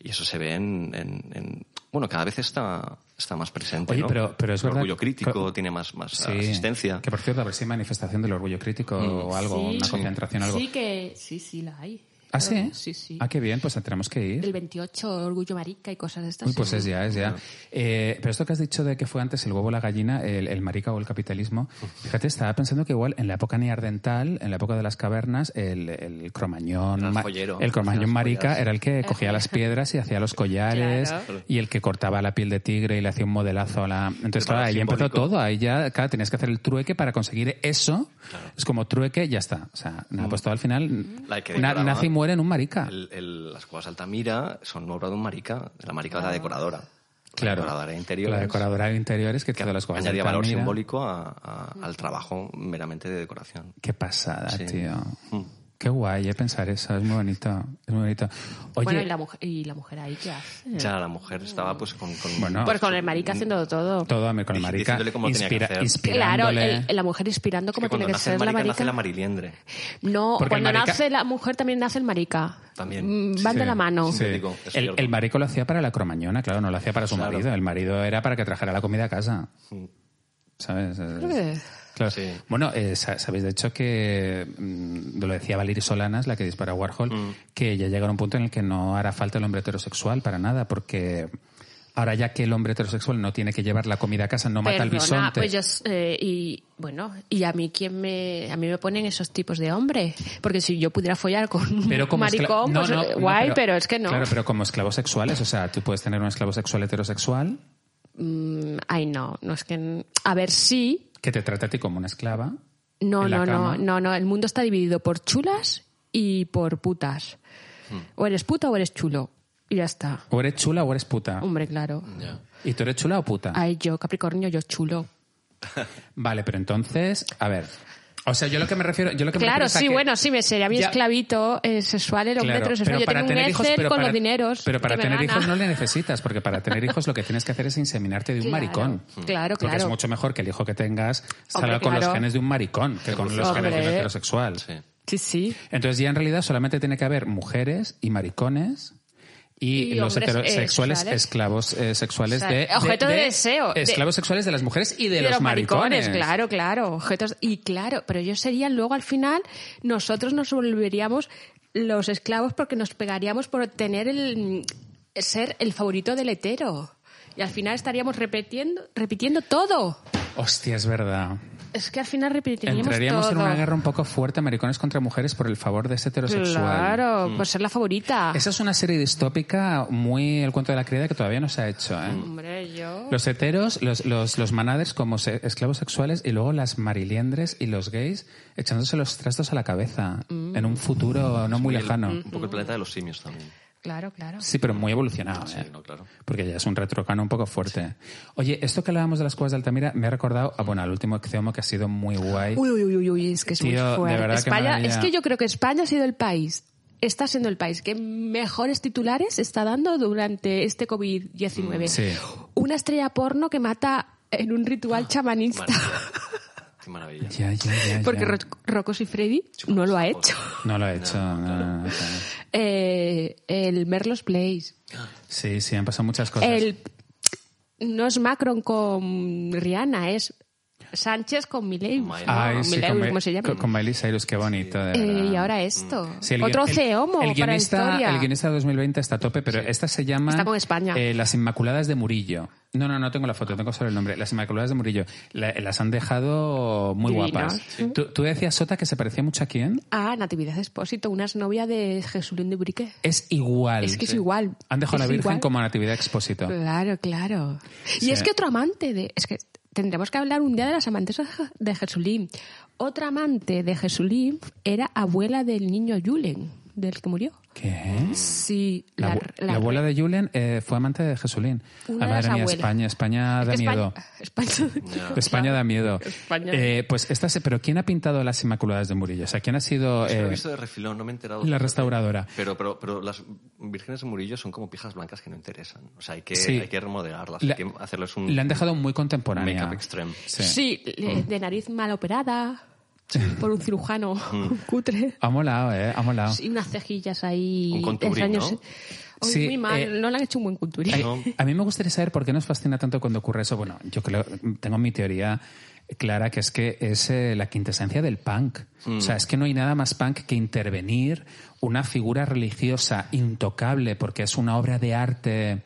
S4: y eso se ve en, en- en- bueno, cada vez está, está más presente.
S2: Oye,
S4: ¿no?
S2: pero- pero es
S4: el
S2: verdad-
S4: orgullo crítico
S2: co-
S4: tiene más, más
S2: Sí.
S4: asistencia. Mm.
S2: Que por cierto, a ver si hay manifestación del orgullo crítico o algo,
S3: Sí.
S2: una concentración, algo.
S3: Sí que... Sí, sí, la hay.
S2: ¿Ah, sí?
S3: Sí, sí.
S2: Ah, qué bien, pues tenemos que ir.
S3: El 28, Orgullo Marica y cosas de estas.
S2: Uy, pues es ya, es ya. Eh, pero esto que has dicho de que fue antes el huevo, la gallina, el, el marica o el capitalismo, fíjate, estaba pensando que igual en la época neardental, en la época de las cavernas, el, el cromañón,
S4: Era el
S2: ma-
S4: joyero.
S2: el cromañón
S4: Hacía las
S2: marica
S4: joyas.
S2: era el que cogía las piedras y hacía los collares
S3: Claro.
S2: y el que cortaba la piel de tigre y le hacía un modelazo a la... Entonces,
S4: Pero
S2: claro, ahí empezó
S4: simbólico.
S2: todo. Ahí ya, claro, tenías que hacer el trueque para conseguir eso. Es como trueque, ya está. O sea, nada, pues todo al final
S4: Mm. La que
S2: na-
S4: decoraba.
S2: nace y muere en un marica.
S4: El- el- las cuevas Altamira son obra de un marica, de la marica de la decoradora. La
S2: Claro.
S4: decoradora de interiores.
S2: La decoradora de interiores que,
S4: que
S2: todas las cosas.
S4: añadía valor simbólico a- a- al trabajo meramente de decoración.
S2: Qué pasada,
S4: Sí.
S2: tío.
S4: Mm.
S2: Qué guay, eh, pensar eso, es muy bonito, es muy bonito. Oye,
S3: Bueno, ¿y la, mujer, ¿y la mujer ahí qué hace?
S4: Ya la mujer estaba pues con... con-
S2: Bueno.
S3: Pues con el marica haciendo todo.
S2: todo a mí con el
S4: Dic-
S2: marica,
S4: diciéndole cómo lo tenía que
S2: inspira-
S4: hacer.
S3: Claro,
S2: inspirándole.
S3: el- la mujer inspirando
S4: Es que
S3: como tiene
S4: cuando
S3: que
S4: nace el
S3: ser la
S4: marica,
S3: marica.
S4: nace la mariliendre.
S3: No,
S2: Porque el
S3: cuando
S2: marica-
S3: nace la mujer también nace el marica.
S4: También.
S3: Mm, Van de
S2: Sí,
S3: la mano.
S2: sí.
S4: Digo, es
S2: el,
S4: cierto.
S2: el marico lo hacía para la cromañona, claro, no lo hacía para su
S4: Claro. Mm.
S2: marido. El marido era para que trajera la comida a casa. ¿Sabes?
S3: que-
S2: Claro.
S4: Sí.
S2: Bueno, eh, sa- sabéis de hecho que mm, lo decía Valerie Solanas, la que dispara a Warhol, que ya llegará un punto en el que no hará falta el hombre heterosexual para nada, porque ahora ya que el hombre heterosexual no tiene que llevar la comida a casa, no mata al
S3: Perdona,
S2: bisonte.
S3: pues yo, eh, y bueno, y a mí quién me, a mí me ponen esos tipos de hombre, porque si yo pudiera follar con un
S2: pero como escla-
S3: maricón,
S2: No,
S3: pues
S2: no,
S3: eh,
S2: no,
S3: guay, pero, es que no.
S2: Claro, pero como esclavos sexuales, o sea, tú puedes tener un esclavo sexual heterosexual
S3: Mm, Ay, no, no es que, a ver, sí,
S2: que te trata a ti como una esclava.
S3: no,
S2: en la
S3: no, no,
S2: cama.
S3: no, no, el mundo está dividido por chulas y por putas.
S2: Hmm.
S3: O eres puta o eres chulo, y ya está.
S2: O eres chula o eres puta.
S3: Hombre, claro.
S2: ¿Y tú eres chula o puta?
S3: Ay, yo, Capricornio, yo chulo.
S2: Vale, pero entonces, a ver. O sea, yo lo que me refiero, yo lo que me refiero
S3: Claro,
S2: es a
S3: sí,
S2: que-
S3: bueno, sí, me sería mi
S2: Ya.
S3: esclavito eh, sexual, el hombre
S2: Claro,
S3: heterosexual. Yo tengo un Excel
S2: pero
S3: con
S2: para-
S3: los dineros.
S2: Pero para
S3: que me
S2: tener
S3: gana.
S2: hijos no le necesitas, porque para tener hijos lo que tienes que hacer es inseminarte de un
S3: Claro,
S2: maricón.
S3: claro,
S2: Porque es
S3: claro.
S2: mucho mejor que el hijo que tengas salga
S3: Hombre,
S2: con los
S3: claro.
S2: genes de un maricón que con los genes de un
S3: Hombre.
S2: heterosexual.
S4: Sí.
S3: Sí, sí.
S2: Entonces ya en realidad solamente tiene que haber mujeres y maricones y,
S3: Y
S2: los
S3: hombres, eh,
S2: heterosexuales
S3: sexuales.
S2: esclavos eh, sexuales
S3: O sea,
S2: de
S3: objeto de deseo, de-
S2: esclavos sexuales de las mujeres y de, los, maricones,
S3: Claro, claro. Objetos, y claro, pero ellos serían luego al final, nosotros nos volveríamos los esclavos porque nos pegaríamos por tener el ser el favorito del hetero. Y al final estaríamos repitiendo, repitiendo todo.
S2: Hostia, es verdad.
S3: Es que al final repetiríamos
S2: Entraríamos
S3: todo.
S2: en una guerra un poco fuerte, maricones contra mujeres, por el favor de ese heterosexual.
S3: Claro, por ser la favorita.
S2: Esa es una serie distópica muy el cuento de la criada que todavía no se ha hecho. ¿eh?
S3: Mm. Hombre, yo.
S2: Los heteros, los, los, los manaders como se- esclavos sexuales y luego las mariliendres y los gays echándose los trastos a la cabeza
S3: Mm.
S2: en un futuro no muy
S4: El-
S2: lejano.
S4: Un poco el planeta de los simios también.
S3: Claro, claro.
S2: Sí, pero muy evolucionado.
S4: Sí,
S2: ¿eh?
S4: no, claro.
S2: Porque ya es un retrocano un poco fuerte. Oye, esto que hablábamos de las cuevas de Altamira me ha recordado, ah, bueno, al último exceomo que ha sido muy guay.
S3: Uy, uy, uy, uy, uy, es que es
S2: Tío, de
S3: muy fuerte.
S2: verdad, qué
S3: España,
S2: maravilla.
S3: es que yo creo que España ha sido el país, está siendo el país que mejores titulares está dando durante este COVID-19.
S2: Sí.
S3: Una estrella porno que mata en un ritual chamanista.
S4: Qué maravilla.
S2: Ya, ya, ya, ya.
S3: Porque Ro- Rocos y Freddy no lo ha hecho.
S2: No lo he hecho. no, no, no.
S3: Eh, el Merlos Place.
S2: Sí, sí, han pasado muchas cosas.
S3: El, no es Macron con Rihanna, es Sánchez con Milei. ¿no?
S2: Ay,
S3: Milei,
S2: sí, Ah, con, Ma-
S3: ¿cómo se llama?
S2: con- con Miley Cyrus, qué bonito. de
S3: Eh,
S2: verdad.
S3: y ahora esto.
S2: Sí, el guio-
S3: Otro
S2: el- el
S3: ceomo para la
S2: guionista,
S3: historia.
S2: El guionista de 2020 está a tope, pero esta se llama...
S3: Está con España.
S2: eh, las Inmaculadas de Murillo. No, no, no tengo la foto, tengo solo el nombre. Las Inmaculadas de Murillo. La- las han dejado muy
S3: Divinas.
S2: guapas. ¿Tú, tú decías, Sota, que se parecía mucho a quién?
S3: Ah, Natividad Expósito, una es novia de Jesulín de Burique.
S2: Es igual.
S3: Es que es igual.
S2: Han dejado a la
S3: Es
S2: Virgen
S3: igual. Eh.
S2: como a Natividad Expósito.
S3: Claro, claro.
S2: Sí.
S3: Y es que otro amante de... Es que tendremos que hablar un día de las amantes de Jesulín. Otra amante de Jesulín era abuela del niño Julen, del que murió.
S2: ¿Qué?
S3: Sí,
S2: La,
S3: la,
S2: abu- la abuela de Julen eh, fue amante de Jesulín. Ah,
S3: Una de
S2: madre
S3: las
S2: mía,
S3: abuelas.
S2: España, España
S3: Es
S2: da
S3: que
S2: miedo.
S3: España, España,
S2: España da miedo.
S3: España.
S2: Eh, pues esta se, pero ¿quién ha pintado las Inmaculadas de Murillo? O sea, ¿quién ha sido
S4: Eso lo he
S2: eh,
S4: visto de refilón, no me he enterado.
S2: la restauradora?
S4: Pero, pero, pero las vírgenes de Murillo son como pijas blancas que no interesan. O sea, hay que,
S2: Sí.
S4: hay que remodelarlas,
S2: La-
S4: hay que hacerles un
S2: La han dejado muy contemporánea.
S4: make-up extreme.
S2: Sí.
S3: Sí, le- de nariz mal operada, por un cirujano
S2: Mm.
S3: cutre.
S2: Ha molado, ¿eh? Ha molado.
S3: Y unas cejillas ahí.
S4: Un conturín,
S3: extraños.
S4: ¿no?
S3: Ay,
S2: Sí,
S3: muy mal,
S2: eh,
S3: no le han hecho un buen conturín.
S2: Ay,
S4: No.
S2: A mí me gustaría saber por qué nos fascina tanto cuando ocurre eso. Bueno, yo creo, tengo mi teoría clara, que es que es eh, la quintesencia del punk. O sea, es que no hay nada más punk que intervenir una figura religiosa intocable, porque es una obra de arte,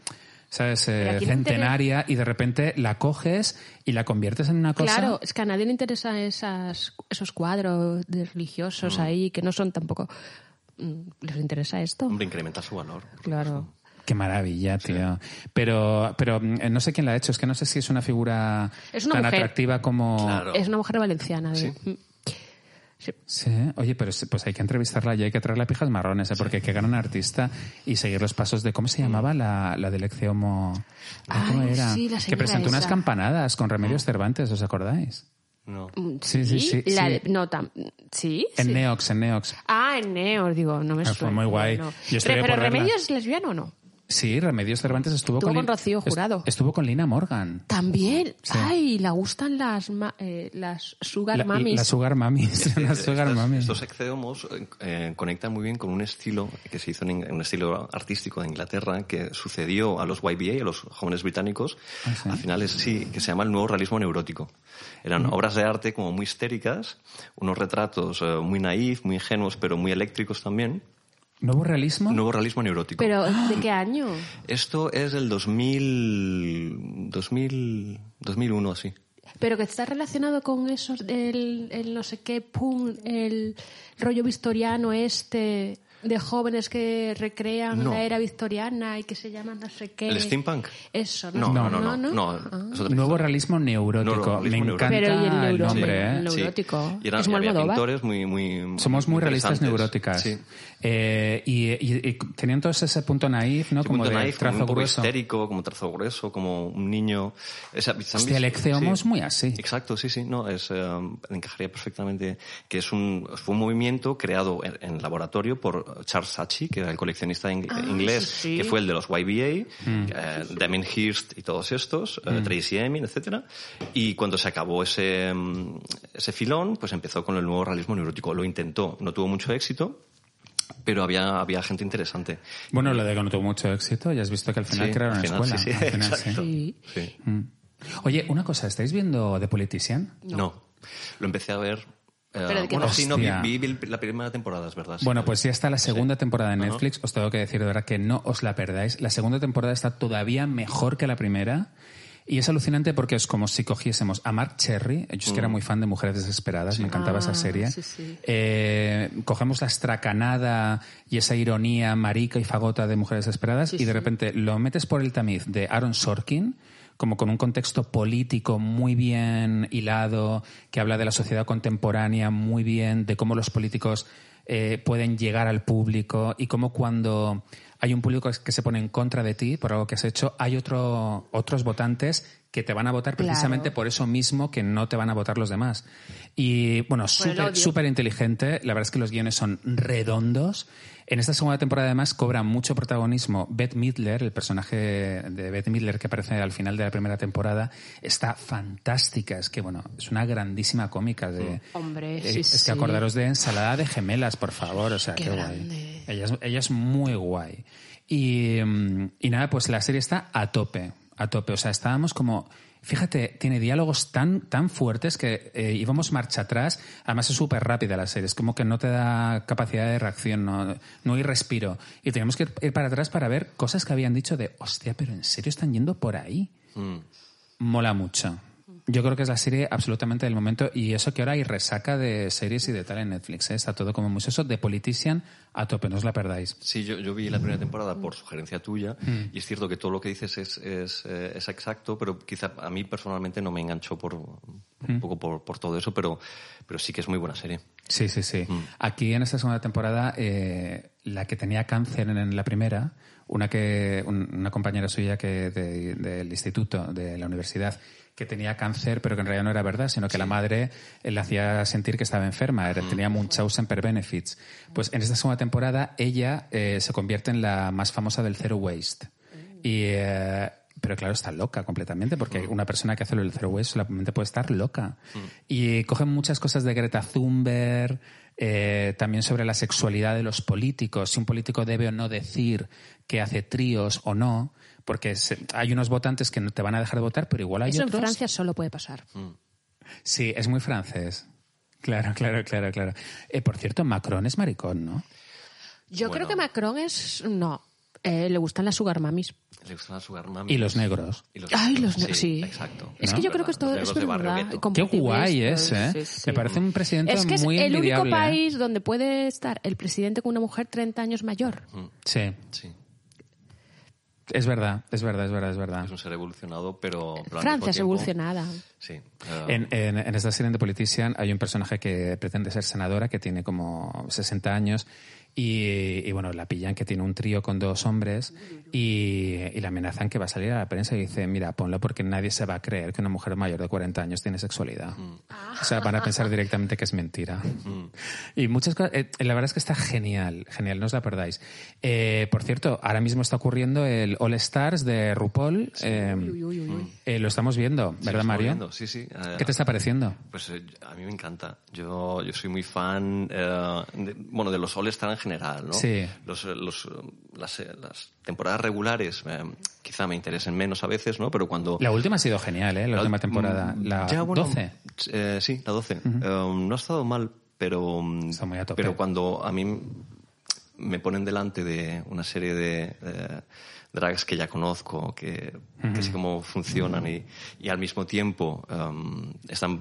S2: ¿sabes? eh,
S3: Pero ¿a quién le
S2: centenaria, y de repente la coges y la conviertes en una cosa.
S3: Claro, es que a nadie le interesan esas, esos cuadros de
S4: Mm.
S3: religiosos ahí que no son tampoco. mm, ¿Les interesa esto?
S4: Hombre, incrementa su valor.
S3: Claro.
S2: Qué maravilla, tío. Pero, pero mm, eh, no sé quién la ha hecho. Es que no sé si es una figura
S3: Es una
S2: tan
S3: mujer.
S2: atractiva como.
S4: Claro.
S3: Es una mujer valenciana. de- mm. Sí.
S2: Sí, oye, pero es- pues hay que entrevistarla y hay que traerle pijas marrones, ¿eh? porque hay que ganar un artista y seguir los pasos de cómo se llamaba la, la del Exceomo. ¿Cómo
S3: Ay,
S2: era?
S3: sí, la
S2: que
S3: señora
S2: presentó unas
S3: esa. Ah.
S2: campanadas con Remedios Cervantes, ¿os acordáis?
S4: No.
S3: Mm,
S2: Sí, sí, sí,
S3: la
S2: sí.
S3: de- no, tam- sí,
S2: En
S3: sí.
S2: Neox, en Neox.
S3: Ah, en Neos, digo, no me
S2: Ah, fue
S3: suena.
S2: muy guay.
S3: no.
S2: Yo estuve
S3: Re- ¿Pero
S2: por verla.
S3: Remedios es lesbiana o no?
S2: Sí, Remedios Cervantes estuvo,
S3: Estuvo
S2: con...
S3: con
S2: Lin-
S3: Rocío
S2: est-
S3: Jurado.
S2: Estuvo con Lina Morgan.
S3: También.
S2: Sí.
S3: Ay, le gustan las, ma- eh, las Sugar
S2: La,
S3: Mummies.
S2: la Sugar Mamis. Las Sugar
S4: estos,
S2: Mamis.
S4: Eh, estos excedomos eh, eh, conectan muy bien con un estilo que se hizo en Ing- un estilo artístico de Inglaterra que sucedió a los YBA, a los jóvenes británicos,
S2: Ah, sí.
S4: a finales sí, que se llama el nuevo realismo neurótico. Eran
S2: Mm.
S4: obras de arte como muy histéricas, unos retratos eh, muy naif, muy ingenuos, pero muy eléctricos también.
S2: ¿Nuevo realismo?
S4: Nuevo realismo neurótico.
S3: ¿Pero de qué año?
S4: Esto es del 2000, 2000, 2001 así.
S3: Pero que está relacionado con esos el, el no sé qué, pum, el rollo victoriano este de jóvenes que recrean
S4: No.
S3: la era victoriana y que se llaman no sé qué.
S4: ¿El steampunk?
S3: Eso,
S4: No,
S3: ¿no?
S4: no, no, no. no,
S3: Ah.
S4: es otra
S2: Nuevo
S4: historia.
S2: realismo neurótico.
S4: Nuevo realismo
S2: Me
S4: neurótico.
S2: encanta
S3: Pero ¿y el
S2: el,
S3: neuro-
S2: nombre, ¿eh?
S3: el neuro- neurótico.
S4: Y eran-
S3: Es
S4: y
S3: muy
S4: había
S3: Almodóvar.
S4: pintores muy, muy
S2: Somos muy realistas
S4: interesantes.
S2: neuróticas.
S4: Sí.
S2: Eh, y, y- y tenían todos ese punto naif, ¿no?
S4: Sí,
S2: como
S4: punto
S2: de
S4: naif, como
S2: trazo
S4: un poco
S2: grueso.
S4: histérico, como trazo grueso, como un niño. Esa- ¿se han
S2: Hostia, el
S4: visto?
S2: ecceomo es muy así.
S4: Exacto, sí, sí. No, es, eh, encajaría perfectamente que es un, fue un movimiento creado en, en laboratorio por Charles Saatchi, que era el coleccionista ing-
S3: Ah,
S4: inglés,
S3: sí, sí.
S4: que fue el de los YBA,
S2: Mm.
S4: eh, Damien Hirst y todos estos, eh, Tracy Emin, etcétera. Y cuando se acabó ese, mm, ese filón, pues empezó con el nuevo realismo neurótico. Lo intentó, no tuvo mucho éxito. Pero había, había gente interesante.
S2: Bueno, lo de que no tuvo mucho éxito, ya has visto que al final
S4: Sí,
S2: crearon
S4: al final,
S2: escuela.
S4: sí, sí,
S2: al final,
S4: exacto.
S2: sí.
S3: Sí.
S4: Sí.
S2: Oye, una cosa, ¿estáis viendo The Politician?
S4: No. Lo empecé a ver. eh,
S3: Pero de qué
S4: bueno,
S3: va.
S4: sí, no, vi,
S2: Hostia.
S4: vi- vi la primera temporada, es verdad. sí.
S2: Bueno, pues ya está la segunda temporada de
S4: Ajá.
S2: Netflix. Os tengo que decir de verdad que no os la perdáis. La segunda temporada está todavía mejor que la primera. Y es alucinante porque es como si cogiésemos a Mark Cherry, yo es
S4: Mm.
S2: que era muy fan de Mujeres Desesperadas, me encantaba esa
S3: Ah,
S2: serie.
S3: sí, sí.
S2: Eh, cogemos la estracanada y esa ironía marica y fagota de Mujeres Desesperadas y de repente lo metes por el tamiz de Aaron Sorkin, como con un contexto político muy bien hilado, que habla de la sociedad contemporánea muy bien, de cómo los políticos eh, pueden llegar al público y cómo cuando hay un público que se pone en contra de ti por algo que has hecho, hay otro, otros votantes que te van a votar
S3: Claro.
S2: precisamente por eso mismo que no te van a votar los demás. Y bueno,
S3: Por el
S2: súper
S3: odio.
S2: súper inteligente. La verdad es que los guiones son redondos. En esta segunda temporada, además, cobra mucho protagonismo Beth Midler, el personaje de Beth Midler que aparece al final de la primera temporada. Está fantástica. Es que, bueno, es una grandísima cómica. De,
S3: Hombre,
S2: Eh,
S3: sí,
S2: Es
S3: sí.
S2: que acordaros de Ensalada de Gemelas, por favor. O sea,
S3: Qué
S2: qué guay.
S3: grande.
S2: Ella es, ella es muy guay. Y, mm, y nada, pues la serie está a tope, a tope. O sea, estábamos como... Fíjate, tiene diálogos tan, tan fuertes que eh, íbamos marcha atrás. Además es súper rápida la serie, es como que no te da capacidad de reacción, no, no hay respiro. Y teníamos que ir- ir para atrás para ver cosas que habían dicho de, hostia, pero ¿en serio están yendo por ahí? Mola mucho. Yo creo que es la serie absolutamente del momento y eso que ahora hay resaca de series y de tal en Netflix. ¿eh? Está todo como muy soso. De Politician a tope, no os la perdáis.
S4: Sí, yo, yo vi la
S2: Mm.
S4: primera temporada por sugerencia tuya y es cierto que todo lo que dices es, es, eh, es exacto, pero quizá a mí personalmente no me enganchó por,
S2: Mm.
S4: un poco por, por todo eso, pero, pero sí que es muy buena serie.
S2: Sí, sí, sí. Aquí en esta segunda temporada, eh, la que tenía cáncer en, en la primera, una que un- una compañera suya que de- del instituto, de la universidad, que tenía cáncer, pero que en realidad no era verdad, sino que la madre eh, le hacía sentir que estaba enferma, era, tenía Munchausen per benefits. Pues en esta segunda temporada ella eh, se convierte en la más famosa del zero waste. Y, eh, pero claro, está loca completamente, porque una persona que hace lo del Zero Waste solamente puede estar loca. Y cogen muchas cosas de Greta Thunberg, eh, también sobre la sexualidad de los políticos, si un político debe o no decir que hace tríos o no, porque se- hay unos votantes que no te van a dejar de votar, pero igual hay
S3: Eso en
S2: otros.
S3: Francia solo puede pasar.
S4: Mm.
S2: Sí, es muy francés. Claro, claro, claro, claro. Eh, por cierto, Macron es maricón, ¿no?
S3: Yo
S4: Bueno.
S3: creo que Macron es... No, eh, le gustan las Sugar Mummies.
S4: Le gustan las Sugar Mummies.
S2: Y los negros.
S4: Y los
S3: Ay,
S4: negros,
S3: los ne- sí.
S4: Exacto.
S3: Es
S2: ¿No?
S3: que yo creo que esto
S4: Los
S3: es
S4: negros de barrio
S3: verdad.
S4: gueto.
S2: Qué
S3: compatible
S2: guay es,
S3: esto,
S2: ¿eh?
S3: sí, sí.
S2: Me parece un presidente
S3: Es que es
S2: muy
S3: el único
S2: envidiable, ¿eh?
S3: país donde puede estar el presidente con una mujer 30 años mayor.
S2: Sí,
S4: Sí,
S2: es verdad, es verdad, es verdad, es verdad.
S4: es un ser evolucionado, pero... pero al mismo
S3: Francia es
S4: tiempo-
S3: evolucionada.
S4: Sí. eh,
S2: En, en- en esta serie de Politician hay un personaje que pretende ser senadora, que tiene como 60 años, Y, y, bueno, la pillan que tiene un trío con dos hombres y, y la amenazan que va a salir a la prensa y dice, mira, ponlo porque nadie se va a creer que una mujer mayor de 40 años tiene sexualidad.
S3: Mm.
S2: O sea, van a pensar directamente que es mentira. Y muchas cosas, eh, la verdad es que está genial, genial, no os la perdáis. Eh, por cierto, ahora mismo está ocurriendo el All Stars de RuPaul. eh,
S3: Uy, uy, uy, uy.
S2: eh, lo estamos viendo,
S4: Sí, lo
S2: ¿verdad,
S4: estoy
S2: Mario?
S4: viendo, Sí, eh, sí.
S2: ¿Qué te está pareciendo?
S4: Pues eh, a mí me encanta. Yo, yo soy muy fan, eh, de- bueno, de los All Star en general, ¿no?
S2: Sí.
S4: Los, eh, los, eh, las, eh, las temporadas regulares eh, quizá me interesen menos a veces, ¿no? Pero cuando...
S2: La última ha sido genial, ¿eh? La última temporada.
S4: Mm,
S2: La
S4: ya, bueno,
S2: 12.
S4: eh, sí, la 12. Eh, no ha estado mal, pero... mm,
S2: Está muy a tope.
S4: Pero cuando a mí me ponen delante de una serie de... eh, drags que ya conozco, que, que sé cómo funcionan y, y al mismo tiempo em, están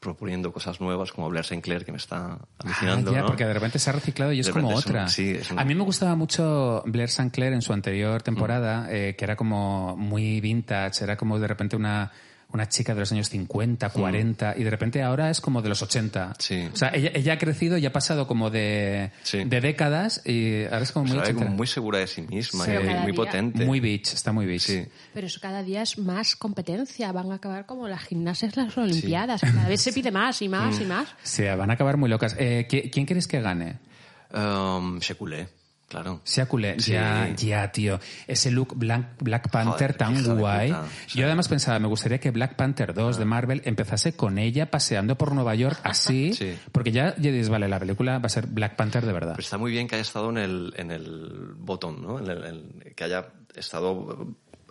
S4: proponiendo cosas nuevas como Blair Sinclair que me está alucinando.
S2: Ah, ya,
S4: ¿no?
S2: porque de repente se ha reciclado y es
S4: De
S2: como
S4: repente es un-
S2: otra.
S4: sí, es un-
S2: A mí me gustaba mucho Blair St. Clair en su anterior temporada,
S4: Mm.
S2: eh, que era como muy vintage, era como de repente una, una chica de los años 50, 40, y de repente ahora es como de los 80.
S4: Mm. Sí.
S2: O sea, ella, ella ha crecido y ha pasado como de,
S4: Sí.
S2: de décadas y ahora es como
S4: O sea,
S2: muy
S4: era como
S2: 80.
S4: muy segura de sí misma
S3: Sí.
S4: y
S3: Pero
S4: muy
S3: cada día-
S4: potente.
S2: Muy beach, está muy beach.
S4: Sí.
S3: Pero eso cada día es más competencia. Van a acabar como las gimnasias, las olimpiadas. Cada vez se pide más y más
S2: Mm.
S3: y más.
S2: Se van a acabar muy locas. Eh, ¿qui- ¿Quién crees que gane?
S4: Em, Shekulé, claro.
S2: Sea culé.
S4: Sí.
S2: Ya, ya, tío. Ese look Black, Black Panther
S4: Joder,
S2: tan
S4: hija de
S2: guay.
S4: puta. Ah. Sí.
S2: Yo además pensaba, me gustaría que Black Panther 2 de Marvel empezase con ella paseando por Nueva York así.
S4: Sí.
S2: Porque ya, ya dices, vale, la película va a ser Black Panther de verdad.
S4: Pero está muy bien que haya estado en el, en el botón, ¿no? En el- en- que haya estado,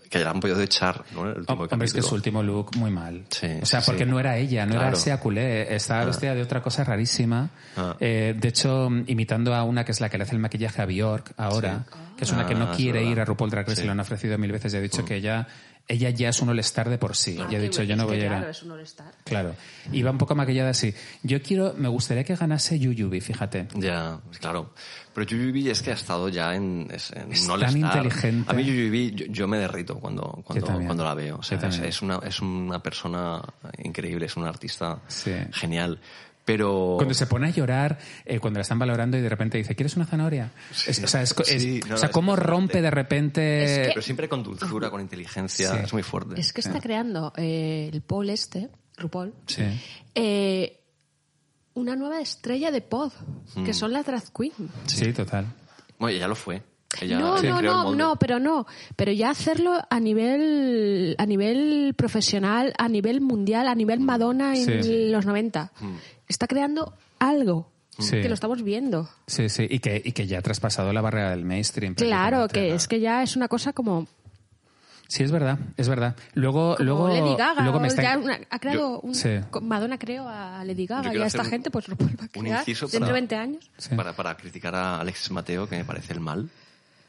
S4: que hayan podido echar, ¿no? El último
S2: Hombre, es que
S4: capítulo.
S2: su último look muy mal.
S4: Sí,
S2: o sea,
S4: sí,
S2: porque
S4: sí.
S2: no era ella, no era
S4: Claro.
S2: Sea Culé, estaba vestida de otra cosa rarísima.
S4: Ah.
S2: Eh, de hecho, imitando a una que es la que le hace el maquillaje a Bjork ahora, que es una que no
S4: Ah, es
S2: quiere
S4: verdad.
S2: ir a RuPaul Drag Race,
S4: Sí. Mm.
S2: se lo han ofrecido mil veces y ha dicho que ella, ella ya es un all-star de por sí. Y ha dicho, yo no voy a ir a...
S3: Claro, es un all-star.
S2: Claro. Y va un poco maquillada así. Yo quiero, me gustaría que ganase Yuyubi, fíjate.
S4: Ya, claro. Pero Yuyubi es que ha estado ya en... es- en
S2: Es
S4: no
S2: tan
S4: estar.
S2: inteligente.
S4: A mí Yuyubi, yo, yo me derrito cuando, cuando,
S2: también.
S4: cuando la veo. O sea,
S2: Yo
S4: es,
S2: también.
S4: es una, es una persona increíble, es una artista
S2: Sí.
S4: genial. Pero...
S2: Cuando se pone a llorar, eh, cuando la están valorando y de repente dice, ¿quieres una zanahoria? Es- o sea, es, co- es-
S4: Sí, no,
S2: o sea
S4: no, es
S2: cómo
S4: impresionante.
S2: rompe de repente...
S4: Pero siempre con dulzura, con inteligencia,
S2: Sí.
S4: es muy fuerte.
S3: Es que está creando eh, el Paul este, RuPaul,
S2: Sí.
S3: eh, una nueva estrella de pod,
S2: Mm.
S3: que son las drag queen.
S2: Sí, total.
S4: Bueno, ella lo fue. Ella,
S3: no,
S4: ella
S3: no,
S4: creó el
S3: no,
S4: molde.
S3: no, pero no. Pero ya hacerlo a nivel, a nivel profesional, a nivel mundial, a nivel Madonna en
S2: Mm. Sí. Mm.
S3: los 90. Está creando algo
S2: Sí.
S3: que lo estamos viendo.
S2: Sí, sí. Y que, y que ya ha traspasado la barrera del mainstream.
S3: Claro,
S2: prácticamente.
S3: que es que ya es una cosa como,
S2: Sí, es verdad, es verdad. Luego,
S3: como
S2: luego,
S3: Lady Gaga.
S2: luego
S3: o
S2: me está...
S3: ya una- ha creado un-
S2: Sí.
S3: Madonna creó a Lady
S4: Yo
S3: Gaga y
S4: quiero
S3: a
S4: hacer
S3: esta
S4: un-
S3: gente pues lo vuelve a
S4: un
S3: crear
S4: inciso
S3: dentro
S4: para-
S3: de 20 años.
S2: Sí.
S4: para, para criticar a Alexis Mateo, que me parece el mal.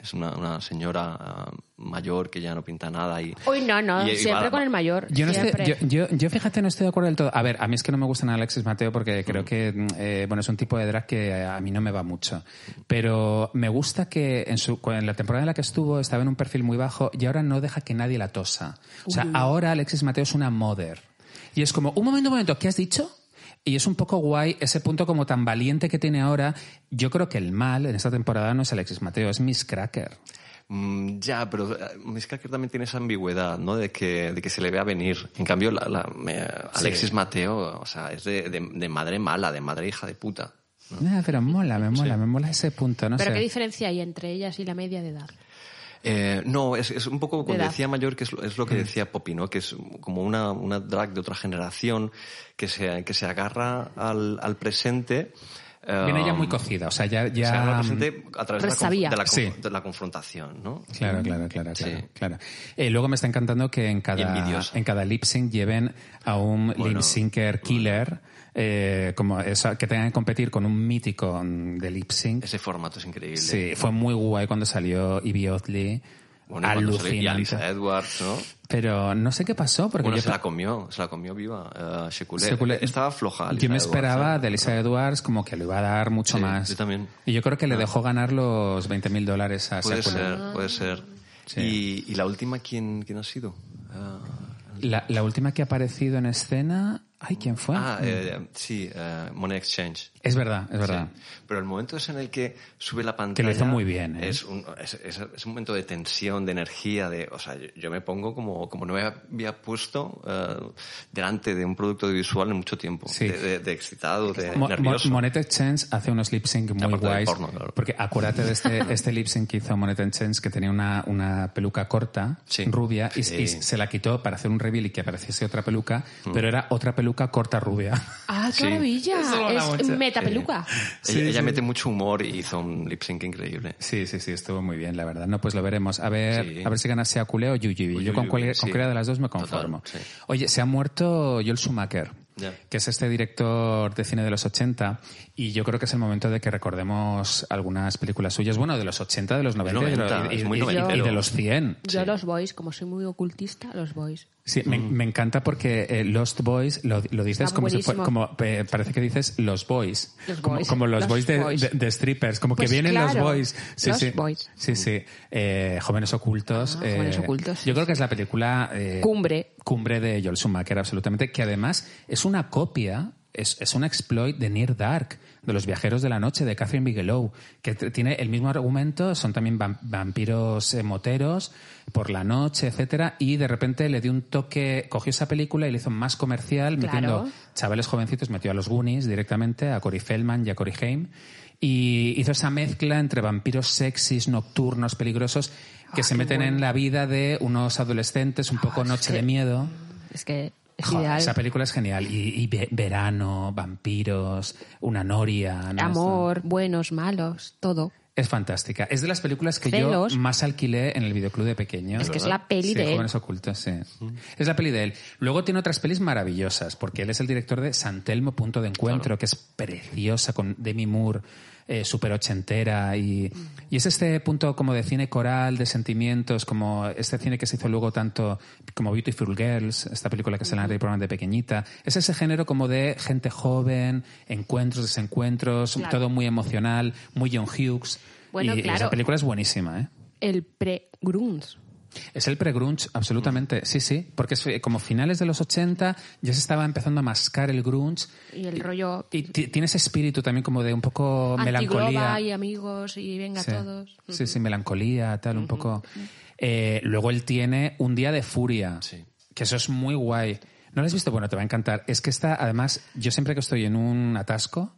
S4: Es una, una señora ah, mayor que ya no pinta nada y...
S3: Uy, no, no,
S4: y- y
S3: siempre
S4: va-
S3: con el mayor.
S2: Yo, no estoy-
S3: siempre.
S2: yo- yo- yo, fíjate, no estoy de acuerdo del todo. A ver, a mí es que no me gusta nada Alexis Mateo porque creo que mm, eh, bueno es un tipo de drag que a mí no me va mucho. Pero me gusta que en, su, cu- en la temporada en la que estuvo estaba en un perfil muy bajo y ahora no deja que nadie la tosa. O sea, ahora Alexis Mateo es una mother. Y es como, un momento, un momento, ¿qué has dicho? Y es un poco guay ese punto como tan valiente que tiene ahora. Yo creo que el mal en esta temporada no es Alexis Mateo, es Miss Cracker.
S4: Mm, ya, pero eh, Miss Cracker también tiene esa ambigüedad, ¿no? De que, de que se le vea venir. En cambio, la, la- me- Alexis Mateo, o sea, es de, de- de madre mala, de madre hija de puta.
S2: Ah, pero mola, me mola, me mola ese punto, no
S3: Pero
S2: sé.
S3: ¿qué diferencia hay entre ellas y la media de edad?
S4: Eh, no, es, es un poco cuando
S3: edad.
S4: decía mayor, que es, lo- es
S2: Mm.
S4: lo que decía Poppy, ¿no? Que es como una, una drag de otra generación que se, que se agarra al, al presente.
S2: Viene ya
S4: um,
S2: muy cocida, o sea, ya... mm,
S4: se agarra al
S2: ya
S4: presente mm, a través de la,
S3: Resabía.
S4: conf- de la conf-
S2: Sí.
S4: de la confrontación, ¿no?
S2: Claro, claro, claro, claro.
S4: Sí.
S2: claro. Eh, luego me está encantando que en cada,
S4: Envidiosa.
S2: en cada lip sync lleven a un
S4: Bueno.
S2: lip syncer killer, eh, como esa- que tengan que competir con un mítico mm, de lip sync.
S4: Ese formato es increíble.
S2: Sí, fue muy guay cuando salió Ivy Otley.
S4: Bueno, y cuando salió- y Alisa
S2: alucinante.
S4: Edwards, ¿no?
S2: Pero no sé qué pasó, porque
S4: Bueno,
S2: yo
S4: se la comió, se la comió viva. eh, Shekulé.
S2: Shekulé-
S4: Estaba floja. Alisa
S2: Yo me
S4: Edwards,
S2: esperaba
S4: ¿eh?
S2: de Lisa Edwards como que lo iba a dar mucho
S4: Sí,
S2: más.
S4: yo también. Ah.
S2: Y yo creo que le dejó ganar los 20 mil dólares a
S4: Puede
S2: Seculé.
S4: ser, puede ser. Y, y la última, ¿quién, quién ha sido? Ah,
S2: La, la última que ha aparecido en escena. Ay, ¿quién fue?
S4: ah, eh, sí, eh, Money Exchange.
S2: Es verdad, es verdad.
S4: eh, Sí. Pero el momento es en el que sube la pantalla.
S2: Que lo hizo muy bien, ¿eh?
S4: Es un, es- es- es un momento de tensión, de energía, de. O sea, yo, yo me pongo como, como no me había puesto eh, delante de un producto visual en mucho tiempo.
S2: Sí.
S4: De, de- de excitado, de
S2: Mo-
S4: Eh, nervioso.
S2: Mo- Monet Exchange hace unos lip sync muy
S4: Aparte del
S2: guays.
S4: porno, claro.
S2: Porque acuérdate de este, este lip sync que hizo Monet Exchange, que tenía una, una peluca corta,
S4: Sí.
S2: rubia, y,
S4: Sí. Mm.
S2: y se la quitó para hacer un reveal y que apareciese otra peluca, pero era otra peluca corta rubia.
S3: ¡Ah, qué
S4: Sí.
S3: maravilla!
S2: Eso mola
S3: Es
S2: mucho.
S3: metapeluca.
S2: Sí,
S4: ella ella
S2: sí.
S4: mete mucho humor y hizo un lip sync increíble.
S2: Sí, sí, sí, estuvo muy bien, la verdad. No, pues lo veremos. A ver,
S4: Sí.
S2: a ver si gana sea Culeo o Yuyubi. Yo con,
S4: Yuyubi,
S2: cualquier- con
S4: sí.
S2: cualquiera de las dos me conformo.
S4: Total, sí.
S2: Oye, se ha muerto Joel Schumacher,
S4: Ya.
S2: que es este director de cine de los 80, y yo creo que es el momento de que recordemos algunas películas suyas, bueno, de los 80, de los 90, y de los-
S4: 90,
S2: y,
S4: es muy
S2: y- y-
S4: 90.
S2: y de los 100.
S3: Yo los boys, como soy muy ocultista, los boys.
S2: Sí, me, me encanta porque eh, Lost Boys lo, lo dices
S3: Está
S2: como si fue-
S3: buenísimo.
S2: como eh, parece que dices los boys,
S3: Los
S2: como,
S3: boys,
S2: como los,
S3: los
S2: boys, de,
S3: boys.
S2: de- de strippers, como
S3: Pues
S2: que vienen los
S3: claro,
S2: boys, sí,
S3: los
S2: sí,
S3: boys.
S2: sí, sí, eh, jóvenes ocultos, eh,
S3: Ah, jóvenes ocultos,
S2: Yo
S3: sí,
S2: creo que es la película eh,
S3: Cumbre.
S2: cumbre de Joel Schumacher, absolutamente, que además es una copia. Es, es un exploit de Near Dark, de los viajeros de la noche, de Catherine Bigelow, que t- tiene el mismo argumento, son también vam- vampiros eh, moteros por la noche, etcétera, y de repente le dio un toque, cogió esa película y le hizo más comercial,
S3: Claro.
S2: metiendo chavales jovencitos, metió a los Goonies directamente, a Corey Feldman y a Corey Haim, y hizo esa mezcla entre vampiros sexys, nocturnos, peligrosos, que
S3: Ah,
S2: se meten en la vida de unos adolescentes, un poco
S3: es
S2: noche
S3: que-
S2: de miedo.
S3: Es que es
S2: Joder,
S3: ideal.
S2: esa película es genial. Y, y ve- verano, vampiros, una noria. ¿no?
S3: Amor, buenos, malos, todo.
S2: Es fantástica. Es de las películas que
S3: Celos.
S2: yo más alquilé en el videoclub de pequeño.
S3: Es que es la peli
S2: Sí,
S3: de él.
S2: Jóvenes Ocultos, sí. Es la peli de él. Luego tiene otras pelis maravillosas, porque él es el director de San Telmo Punto de Encuentro, que es preciosa, con Demi Moore, eh, súper ochentera. Y, y es este punto como de cine coral, de sentimientos, como este cine que se hizo luego tanto como Beautiful Girls, esta película que se la de programa de pequeñita. Es ese género como de gente joven, encuentros, desencuentros,
S3: Claro.
S2: todo muy emocional, muy John Hughes.
S3: Bueno,
S2: y
S3: claro.
S2: esa película es buenísima, ¿eh?
S3: El pre-grunge.
S2: Es el pre-grunge, absolutamente. Sí, sí, porque es eh, como finales de los 80 ya se estaba empezando a mascar el grunge.
S3: Y el rollo
S2: Y ti- tiene ese espíritu también como de un poco melancolía.
S3: antigloba y amigos y venga
S2: sí.
S3: todos.
S2: sí, sí, melancolía, tal, un poco. Eh, luego él tiene Un día de furia,
S4: Sí.
S2: que eso es muy guay. ¿No lo has visto? Bueno, te va a encantar. Es que está, además, yo siempre que estoy en un atasco,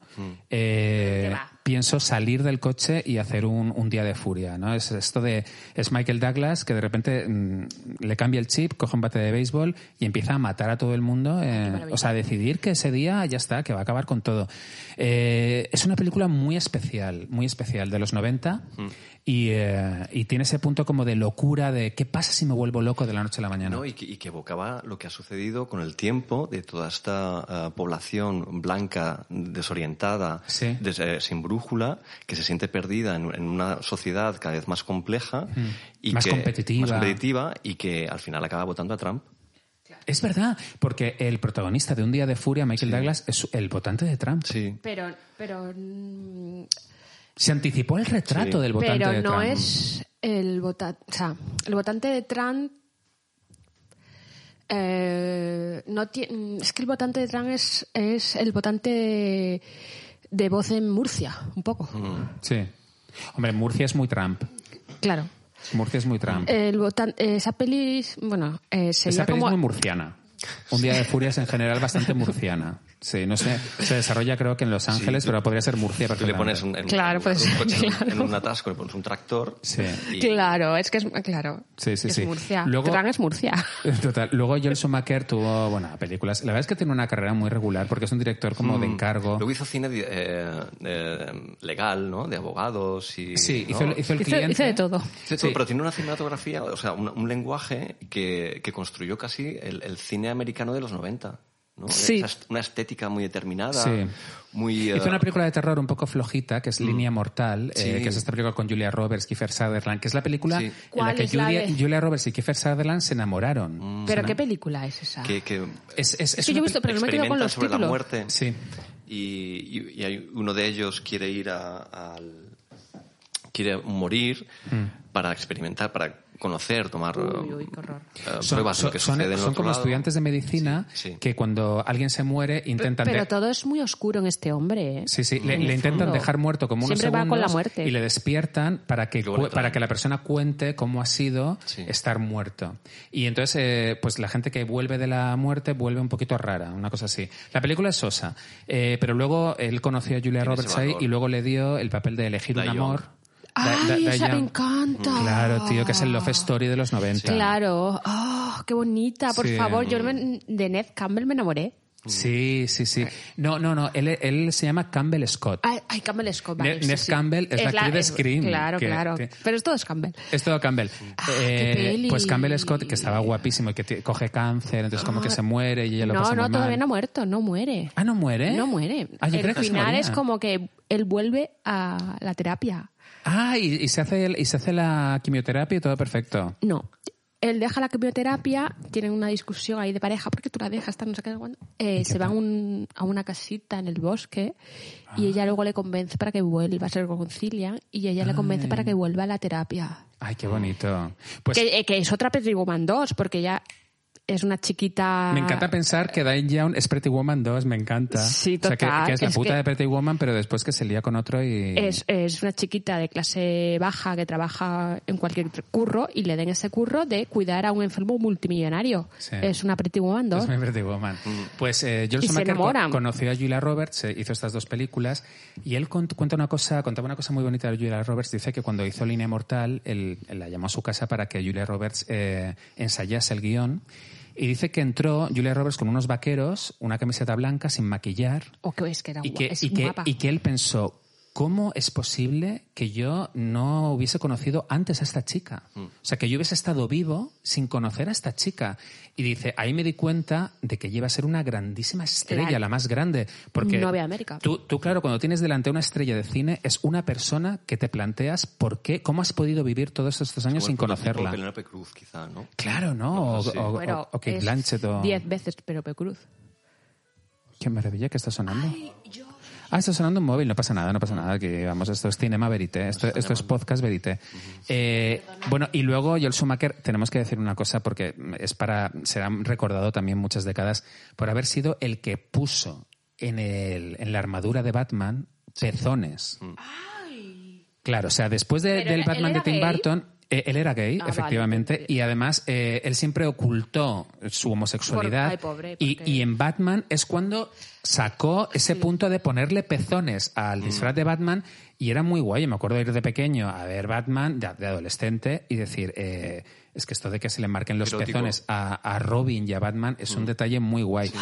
S2: eh,
S3: Te va.
S2: pienso salir del coche y hacer un, un día de furia, ¿no? Es esto de es Michael Douglas que de repente mm, le cambia el chip, coge un bate de béisbol y empieza a matar a todo el mundo, eh,
S3: maravilla.
S2: o sea, a decidir que ese día ya está, que va a acabar con todo. Eh, es una película muy especial, muy especial de los 90
S4: Mm.
S2: y, eh, y tiene ese punto como de locura de qué pasa si me vuelvo loco de la noche a la mañana.
S4: ¿no? Y, que, y que evocaba lo que ha sucedido con el tiempo de toda esta ah, población blanca, desorientada,
S2: Sí.
S4: des- eh, sin brújula, que se siente perdida en, en una sociedad cada vez más compleja y
S2: Mm. Más
S4: que-
S2: competitiva.
S4: más competitiva y que al final acaba votando a Trump.
S2: Es verdad, porque el protagonista de Un día de furia, Michael Douglas, es el votante de Trump.
S4: Sí.
S3: Pero, pero, mm,
S2: Se anticipó el retrato
S4: Sí.
S2: del votante
S3: pero
S2: de
S3: no
S2: Trump.
S3: es el votante. O sea, el votante de Trump. eh, no tie- mm, es que el votante de Trump es, es el votante de, de voz en Murcia, un poco.
S2: Sí. Hombre, Murcia es muy Trump.
S3: Claro.
S2: Murcia es muy Trump.
S3: El votan- esa peli, bueno, eh, sería
S2: Esa peli
S3: como.
S2: es muy murciana. Un día de furias en general bastante murciana. Sí, no sé. Se desarrolla creo que en Los Ángeles, pero podría ser Murcia.
S4: Tú le pones
S2: perfectamente.
S4: un, en-
S3: Claro,
S4: en un-
S3: puede
S4: en un
S3: ser,
S4: coche, en un-
S3: claro.
S4: en un atasco, le pones un tractor.
S2: Sí.
S4: y-
S3: Claro, es que es. Claro.
S2: Sí, sí,
S3: es
S2: sí.
S3: Murcia.
S2: Luego-
S3: Trump es Murcia.
S2: Total. Luego Joel Schumacher tuvo, bueno, películas. La verdad es que tiene una carrera muy regular porque es un director como de
S4: Mm.
S2: encargo.
S4: Luego hizo cine eh, eh, legal, ¿no? De abogados y...
S2: Sí,
S4: ¿no?
S2: hizo, hizo el
S3: Hizo-
S2: cliente. Mm.
S3: hizo de todo.
S4: Sí,
S2: Sí.
S4: Pero tiene una cinematografía, o sea, un, un lenguaje que, que construyó casi el, el cine americano de los 90. ¿no?
S3: Sí.
S4: Esa est- Una estética muy determinada,
S2: Sí.
S4: muy... eh,
S2: Hizo una película de terror un poco flojita, que es Línea Mortal, eh,
S4: Mm. Sí.
S2: que es esta película con Julia Roberts, Kiefer Sutherland, que es la película
S4: Sí.
S2: en la
S3: ¿Cuál
S2: que
S3: es la
S2: Julia,
S3: de-
S2: Julia Roberts y Kiefer Sutherland se enamoraron.
S4: Mm.
S3: ¿Pero qué película es esa?
S4: que, que
S2: Es, es, es
S3: Sí, yo he
S2: una
S3: visto,
S2: peli-
S3: pero no me quedo con
S4: experimenta
S3: los
S4: sobre
S3: títulos.
S4: la muerte.
S2: Sí.
S4: Y, y- y hay- uno de ellos quiere ir a- al... Quiere morir para experimentar, para conocer, tomar
S3: Uy, uy, qué horror.
S4: eh,
S2: Son,
S4: pruebas de lo
S2: son-
S4: que
S2: son-
S4: sucede en
S2: son
S4: otro
S2: como
S4: lado.
S2: estudiantes de medicina
S4: Sí, sí.
S2: que cuando alguien se muere intentan...
S3: Pero
S2: de-
S3: todo es muy oscuro en este hombre, ¿eh?
S2: Sí, sí, le,
S3: En el
S2: le intentan
S3: fondo.
S2: dejar muerto como unos
S3: Siempre va
S2: segundos
S3: con la muerte.
S2: y le despiertan para que,
S4: luego le
S2: cu- para
S4: traen.
S2: que la persona cuente cómo ha sido
S4: ¿eh? Sí.
S2: estar muerto. Y entonces, eh, pues la gente que vuelve de la muerte vuelve un poquito rara, una cosa así. La película es sosa, eh, pero luego él conoció a Julia
S4: Tiene ese
S2: Roberts ahí
S4: valor.
S2: y luego le dio el papel de elegir un
S4: Dae Young.
S2: amor.
S3: ¡Ay,
S2: Dae- Dae- Dae
S3: esa me
S2: Young.
S3: encanta!
S2: Claro, tío, que es el love story de los 90.
S3: Claro. ¡Oh, qué bonita! Por
S2: Sí.
S3: favor, yo me- de Ned Campbell me enamoré.
S2: Sí, sí, sí. No, no, no, él, él se llama Campbell Scott.
S3: Ay, ay, Campbell Scott. vale,
S2: Ned-
S3: sí,
S2: Ned
S3: sí.
S2: Campbell es la actriz de
S3: es-
S2: Scream,
S3: Claro,
S2: que-
S3: claro.
S2: que-
S3: Pero es todo es Campbell.
S2: Es todo Campbell.
S3: Ah, qué peli.
S2: pues Campbell Scott, que estaba guapísimo y que t- coge cáncer, entonces como que se muere y ella lo
S3: Ah. no,
S2: pasa muy
S3: no,
S2: mal.
S3: todavía no ha muerto, no muere.
S2: Ah, ¿no muere?
S3: No muere.
S2: Ah, yo
S3: el
S2: creía que se
S3: final
S2: moría.
S3: es como que él vuelve a la terapia.
S2: Ah, y, y se hace el- y se hace la quimioterapia y todo perfecto.
S3: No. Él deja la quimioterapia, tienen una discusión ahí de pareja, porque tú la dejas, tal, no sé qué, no sé cuándo. Eh, se van un- a una casita en el bosque
S2: Ah.
S3: y ella luego le convence para que vuelva, se reconcilian y ella le convence para que vuelva a la terapia.
S2: Ay, qué bonito. Pues
S3: que, eh, que es otra Pretty Woman 2, porque ella es una chiquita...
S2: me encanta pensar que Diane Young es Pretty Woman 2, me encanta.
S3: Sí,
S2: O sea, que- que,
S3: total,
S2: es la
S3: es
S2: puta
S3: que-
S2: de Pretty Woman, pero después que se lía con otro y...
S3: Es, es una chiquita de clase baja que trabaja en cualquier curro y le den ese curro de cuidar a un enfermo multimillonario.
S2: Sí.
S3: Es una Pretty Woman 2.
S2: Es muy Pretty Woman. Pues eh, Joel
S3: Y se
S2: Schumacher co-
S3: enamoran.
S2: conoció a Julia Roberts, eh, hizo estas dos películas y él cont- cuenta una cosa, contaba una cosa muy bonita de Julia Roberts. Dice que cuando hizo Línea Mortal, él, él la llamó a su casa para que Julia Roberts eh, ensayase el guión. Y dice que entró Julia Roberts con unos vaqueros, una camiseta blanca sin maquillar
S3: O que es que era
S2: y
S3: guapa,
S2: que,
S3: es
S2: y que-
S3: guapa.
S2: y que él pensó, ¿cómo es posible que yo no hubiese conocido antes a esta chica? O sea, que yo hubiese estado vivo sin conocer a esta chica. Y dice, ahí me di cuenta de que ella iba a ser una grandísima estrella,
S3: Claro.
S2: la más grande. Porque
S3: No había América.
S2: Tú, tú, claro, cuando tienes delante una estrella de cine, es una persona que te planteas por qué, cómo has podido vivir todos estos años
S4: Como
S2: sin
S4: el prototipo
S2: conocerla.
S4: de Penélope Cruz, quizá, ¿no?
S2: Claro, ¿no? O,
S4: Sí.
S2: o- o-
S3: Bueno,
S2: o Kate
S3: es
S2: Blanchett o...
S3: Diez veces Perope Cruz.
S2: Qué maravilla que está sonando. Ah, está sonando un móvil, no pasa nada, no pasa nada, que vamos, esto es Cinema Verité, esto, esto es Podcast Verité. Eh, bueno, y luego Joel Schumacher, tenemos que decir una cosa porque es para, será recordado también muchas décadas, por haber sido el que puso en, el, en la armadura de Batman pezones. Claro, o sea, después de-
S3: Pero
S2: del
S3: él-
S2: Batman
S3: él
S2: de
S3: era
S2: Tim
S3: gay.
S2: Burton, eh, él era gay,
S3: Ah,
S2: efectivamente,
S3: vale.
S2: y además eh, él siempre ocultó su homosexualidad.
S3: ay, pobre,
S2: y,
S3: porque-
S2: y en Batman es cuando sacó ese punto de ponerle pezones al disfraz de Batman y era muy guay. Yo Me acuerdo de ir de pequeño a ver Batman, de, de adolescente, y decir, eh, es que esto de que se le marquen los
S4: Erótico.
S2: pezones a, a Robin y a Batman es un detalle muy guay.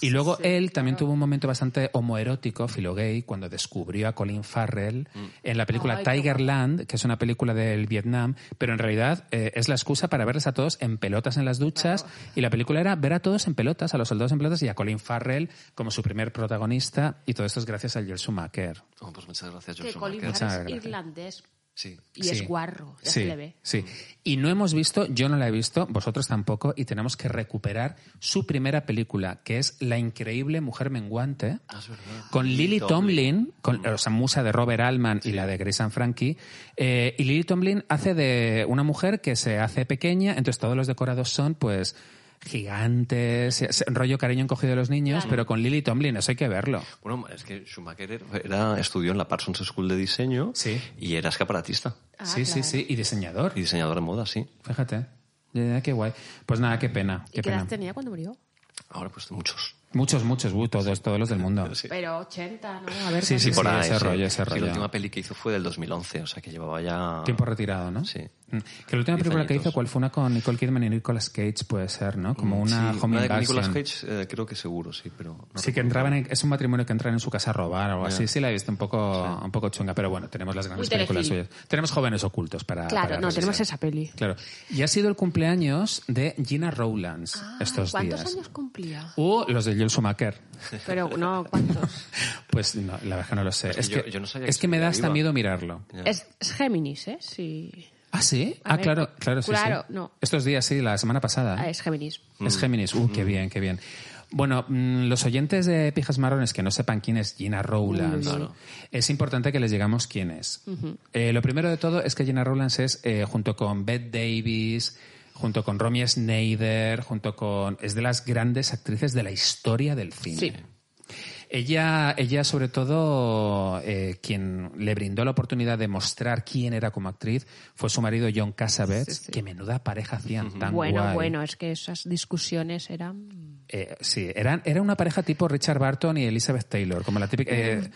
S2: Y luego él también tuvo un momento bastante homoerótico, filogay, cuando descubrió a Colin Farrell en la película
S3: Ay, qué
S2: Tigerland, que es una película del Vietnam, pero en realidad eh, es la excusa para verles a todos en pelotas en las duchas. Y la película era ver a todos en pelotas, a los soldados en pelotas y a Colin Farrell como su primer protagonista. Y todo esto es gracias a Joel Schumacher.
S4: Oh, pues muchas gracias,
S3: Que
S4: Joshua
S3: Colin
S4: Marker.
S2: Farrell.
S3: Farrell es
S2: gracias.
S3: irlandés
S4: Sí.
S3: y es guarro, es
S2: sí,
S3: plebe.
S2: sí. Y no hemos visto, yo no la he visto, vosotros tampoco, y tenemos que recuperar su primera película, que es La increíble mujer menguante,
S4: Ah, es verdad.
S2: con Lily Tomlin, con, o sea, musa de Robert Altman y la de Grace and Frankie. eh, y Lily Tomlin hace de una mujer que se hace pequeña, entonces todos los decorados son, pues, gigantes, se- rollo cariño encogido de los niños, pero con Lily Tomlin, eso hay que verlo.
S4: Bueno, es que Schumacher era- era, estudió en la Parsons School de Diseño
S2: Sí.
S4: y era escaparatista
S3: Ah,
S2: sí, sí,
S3: claro.
S2: sí, y diseñador.
S4: y diseñador de moda, sí.
S2: Fíjate. Ya, ya, qué guay. Pues nada, qué pena.
S3: ¿Y
S2: Qué
S3: qué edad
S2: pena.
S3: tenía cuando murió?
S4: Ahora pues muchos.
S2: Muchos, muchos, uh, todos, todos los del mundo.
S4: Sí.
S3: Pero 80, ¿no? A ver,
S2: Sí, sí,
S3: cuántos-
S2: por ahí, ese
S4: sí.
S2: rollo, ese
S4: Sí,
S2: rollo.
S4: la última peli que hizo fue del 2011, o sea que llevaba ya...
S2: Tiempo retirado, ¿no?
S4: Sí.
S2: Mm. Que la última
S4: Diez
S2: película que
S4: añitos.
S2: hizo, ¿cuál fue una con Nicole Kidman y Nicolas Cage? Puede ser, ¿no? Como una
S4: Mm, Sí,
S2: home
S4: una de
S2: invasion.
S4: Nicolas Cage eh, creo que seguro, sí, pero... no
S2: Sí, que
S4: recuerdo.
S2: entraban en- es un matrimonio que entran en su casa a robar o algo así. Sí, la he visto un poco, un poco chunga, pero bueno, tenemos las grandes
S3: Muy
S2: películas
S3: telefilm.
S2: suyas. Tenemos jóvenes ocultos para.
S3: Claro,
S2: para
S3: no,
S2: revisar.
S3: tenemos esa peli.
S2: Claro. Y ha sido el cumpleaños de Gina Rowlands
S3: Ah,
S2: estos
S3: ¿Cuántos
S2: días.
S3: años cumplía?
S2: Uh, los de Joel Schumacher.
S3: Pero no, ¿cuántos?
S2: Pues no, la verdad que no lo sé.
S4: Es
S2: Es,
S4: que
S2: que,
S4: yo- yo no sabía
S2: es
S4: que
S2: que me da hasta
S4: estuviera viva.
S2: miedo mirarlo.
S4: Ya.
S3: es, es Géminis, ¿eh? Sí.
S2: ¿Ah, sí?
S3: A
S2: ah,
S3: ver,
S2: claro, claro, sí, sí.
S3: claro, no.
S2: Estos días, sí, la semana pasada.
S3: Ah,
S2: ¿eh?
S3: es Géminis.
S2: Es Géminis. Uh, qué bien, qué bien. Bueno, mm, los oyentes de Pijas Marrones que no sepan quién es Gina Rowlands, es importante que les digamos quién es. Eh, lo primero de todo es que Gina Rowlands es, eh, junto con Bette Davis, junto con Romy Schneider, junto con... es de las grandes actrices de la historia del cine.
S3: Sí.
S2: Ella, ella sobre todo, eh, quien le brindó la oportunidad de mostrar quién era como actriz fue su marido John Cassavetes,
S3: Sí, sí.
S2: que menuda pareja hacían tan
S3: bueno,
S2: guay.
S3: bueno, es que esas discusiones eran...
S2: Eh, sí, eran, era una pareja tipo Richard Barton y Elizabeth Taylor, como la típica. eh,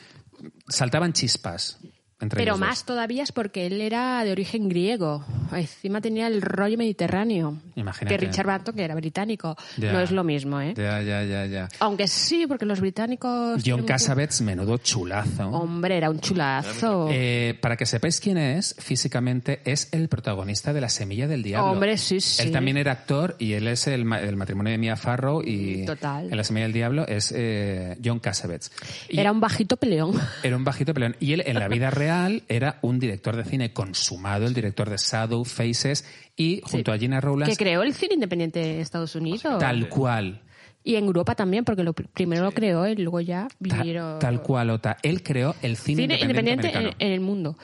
S2: saltaban chispas entre
S3: Pero
S2: ellos dos.
S3: más todavía es porque él era de origen griego. Encima tenía el rollo mediterráneo.
S2: Imagínate.
S3: Que Richard Barton, que era británico.
S2: Ya.
S3: No es lo mismo, ¿eh?
S2: Ya, ya, ya, ya.
S3: Aunque sí, porque los británicos...
S2: John
S3: tienen-
S2: Cassavetes, menudo chulazo.
S3: Hombre, era un chulazo.
S2: Eh, para que sepáis quién es, físicamente es el protagonista de La Semilla del Diablo.
S3: Hombre, sí, sí.
S2: Él también era actor y él es el, ma- el matrimonio de Mia Farrow y
S3: Total.
S2: en La Semilla del Diablo es eh, John Cassavetes. Y-
S3: Era un bajito peleón.
S2: Era un bajito peleón. Y él, en la vida real, era un director de cine consumado, el director de Shadow Faces, y junto a Gina
S3: que
S2: Rowlands,
S3: creó el cine independiente de Estados Unidos.
S2: tal cual.
S3: Y en Europa también, porque lo pr- primero lo creó y luego ya
S2: ta-
S3: vinieron...
S2: tal cual, Ota. Él creó el cine,
S3: Cine
S2: independiente,
S3: independiente eh, en,
S2: americano.
S3: en el mundo.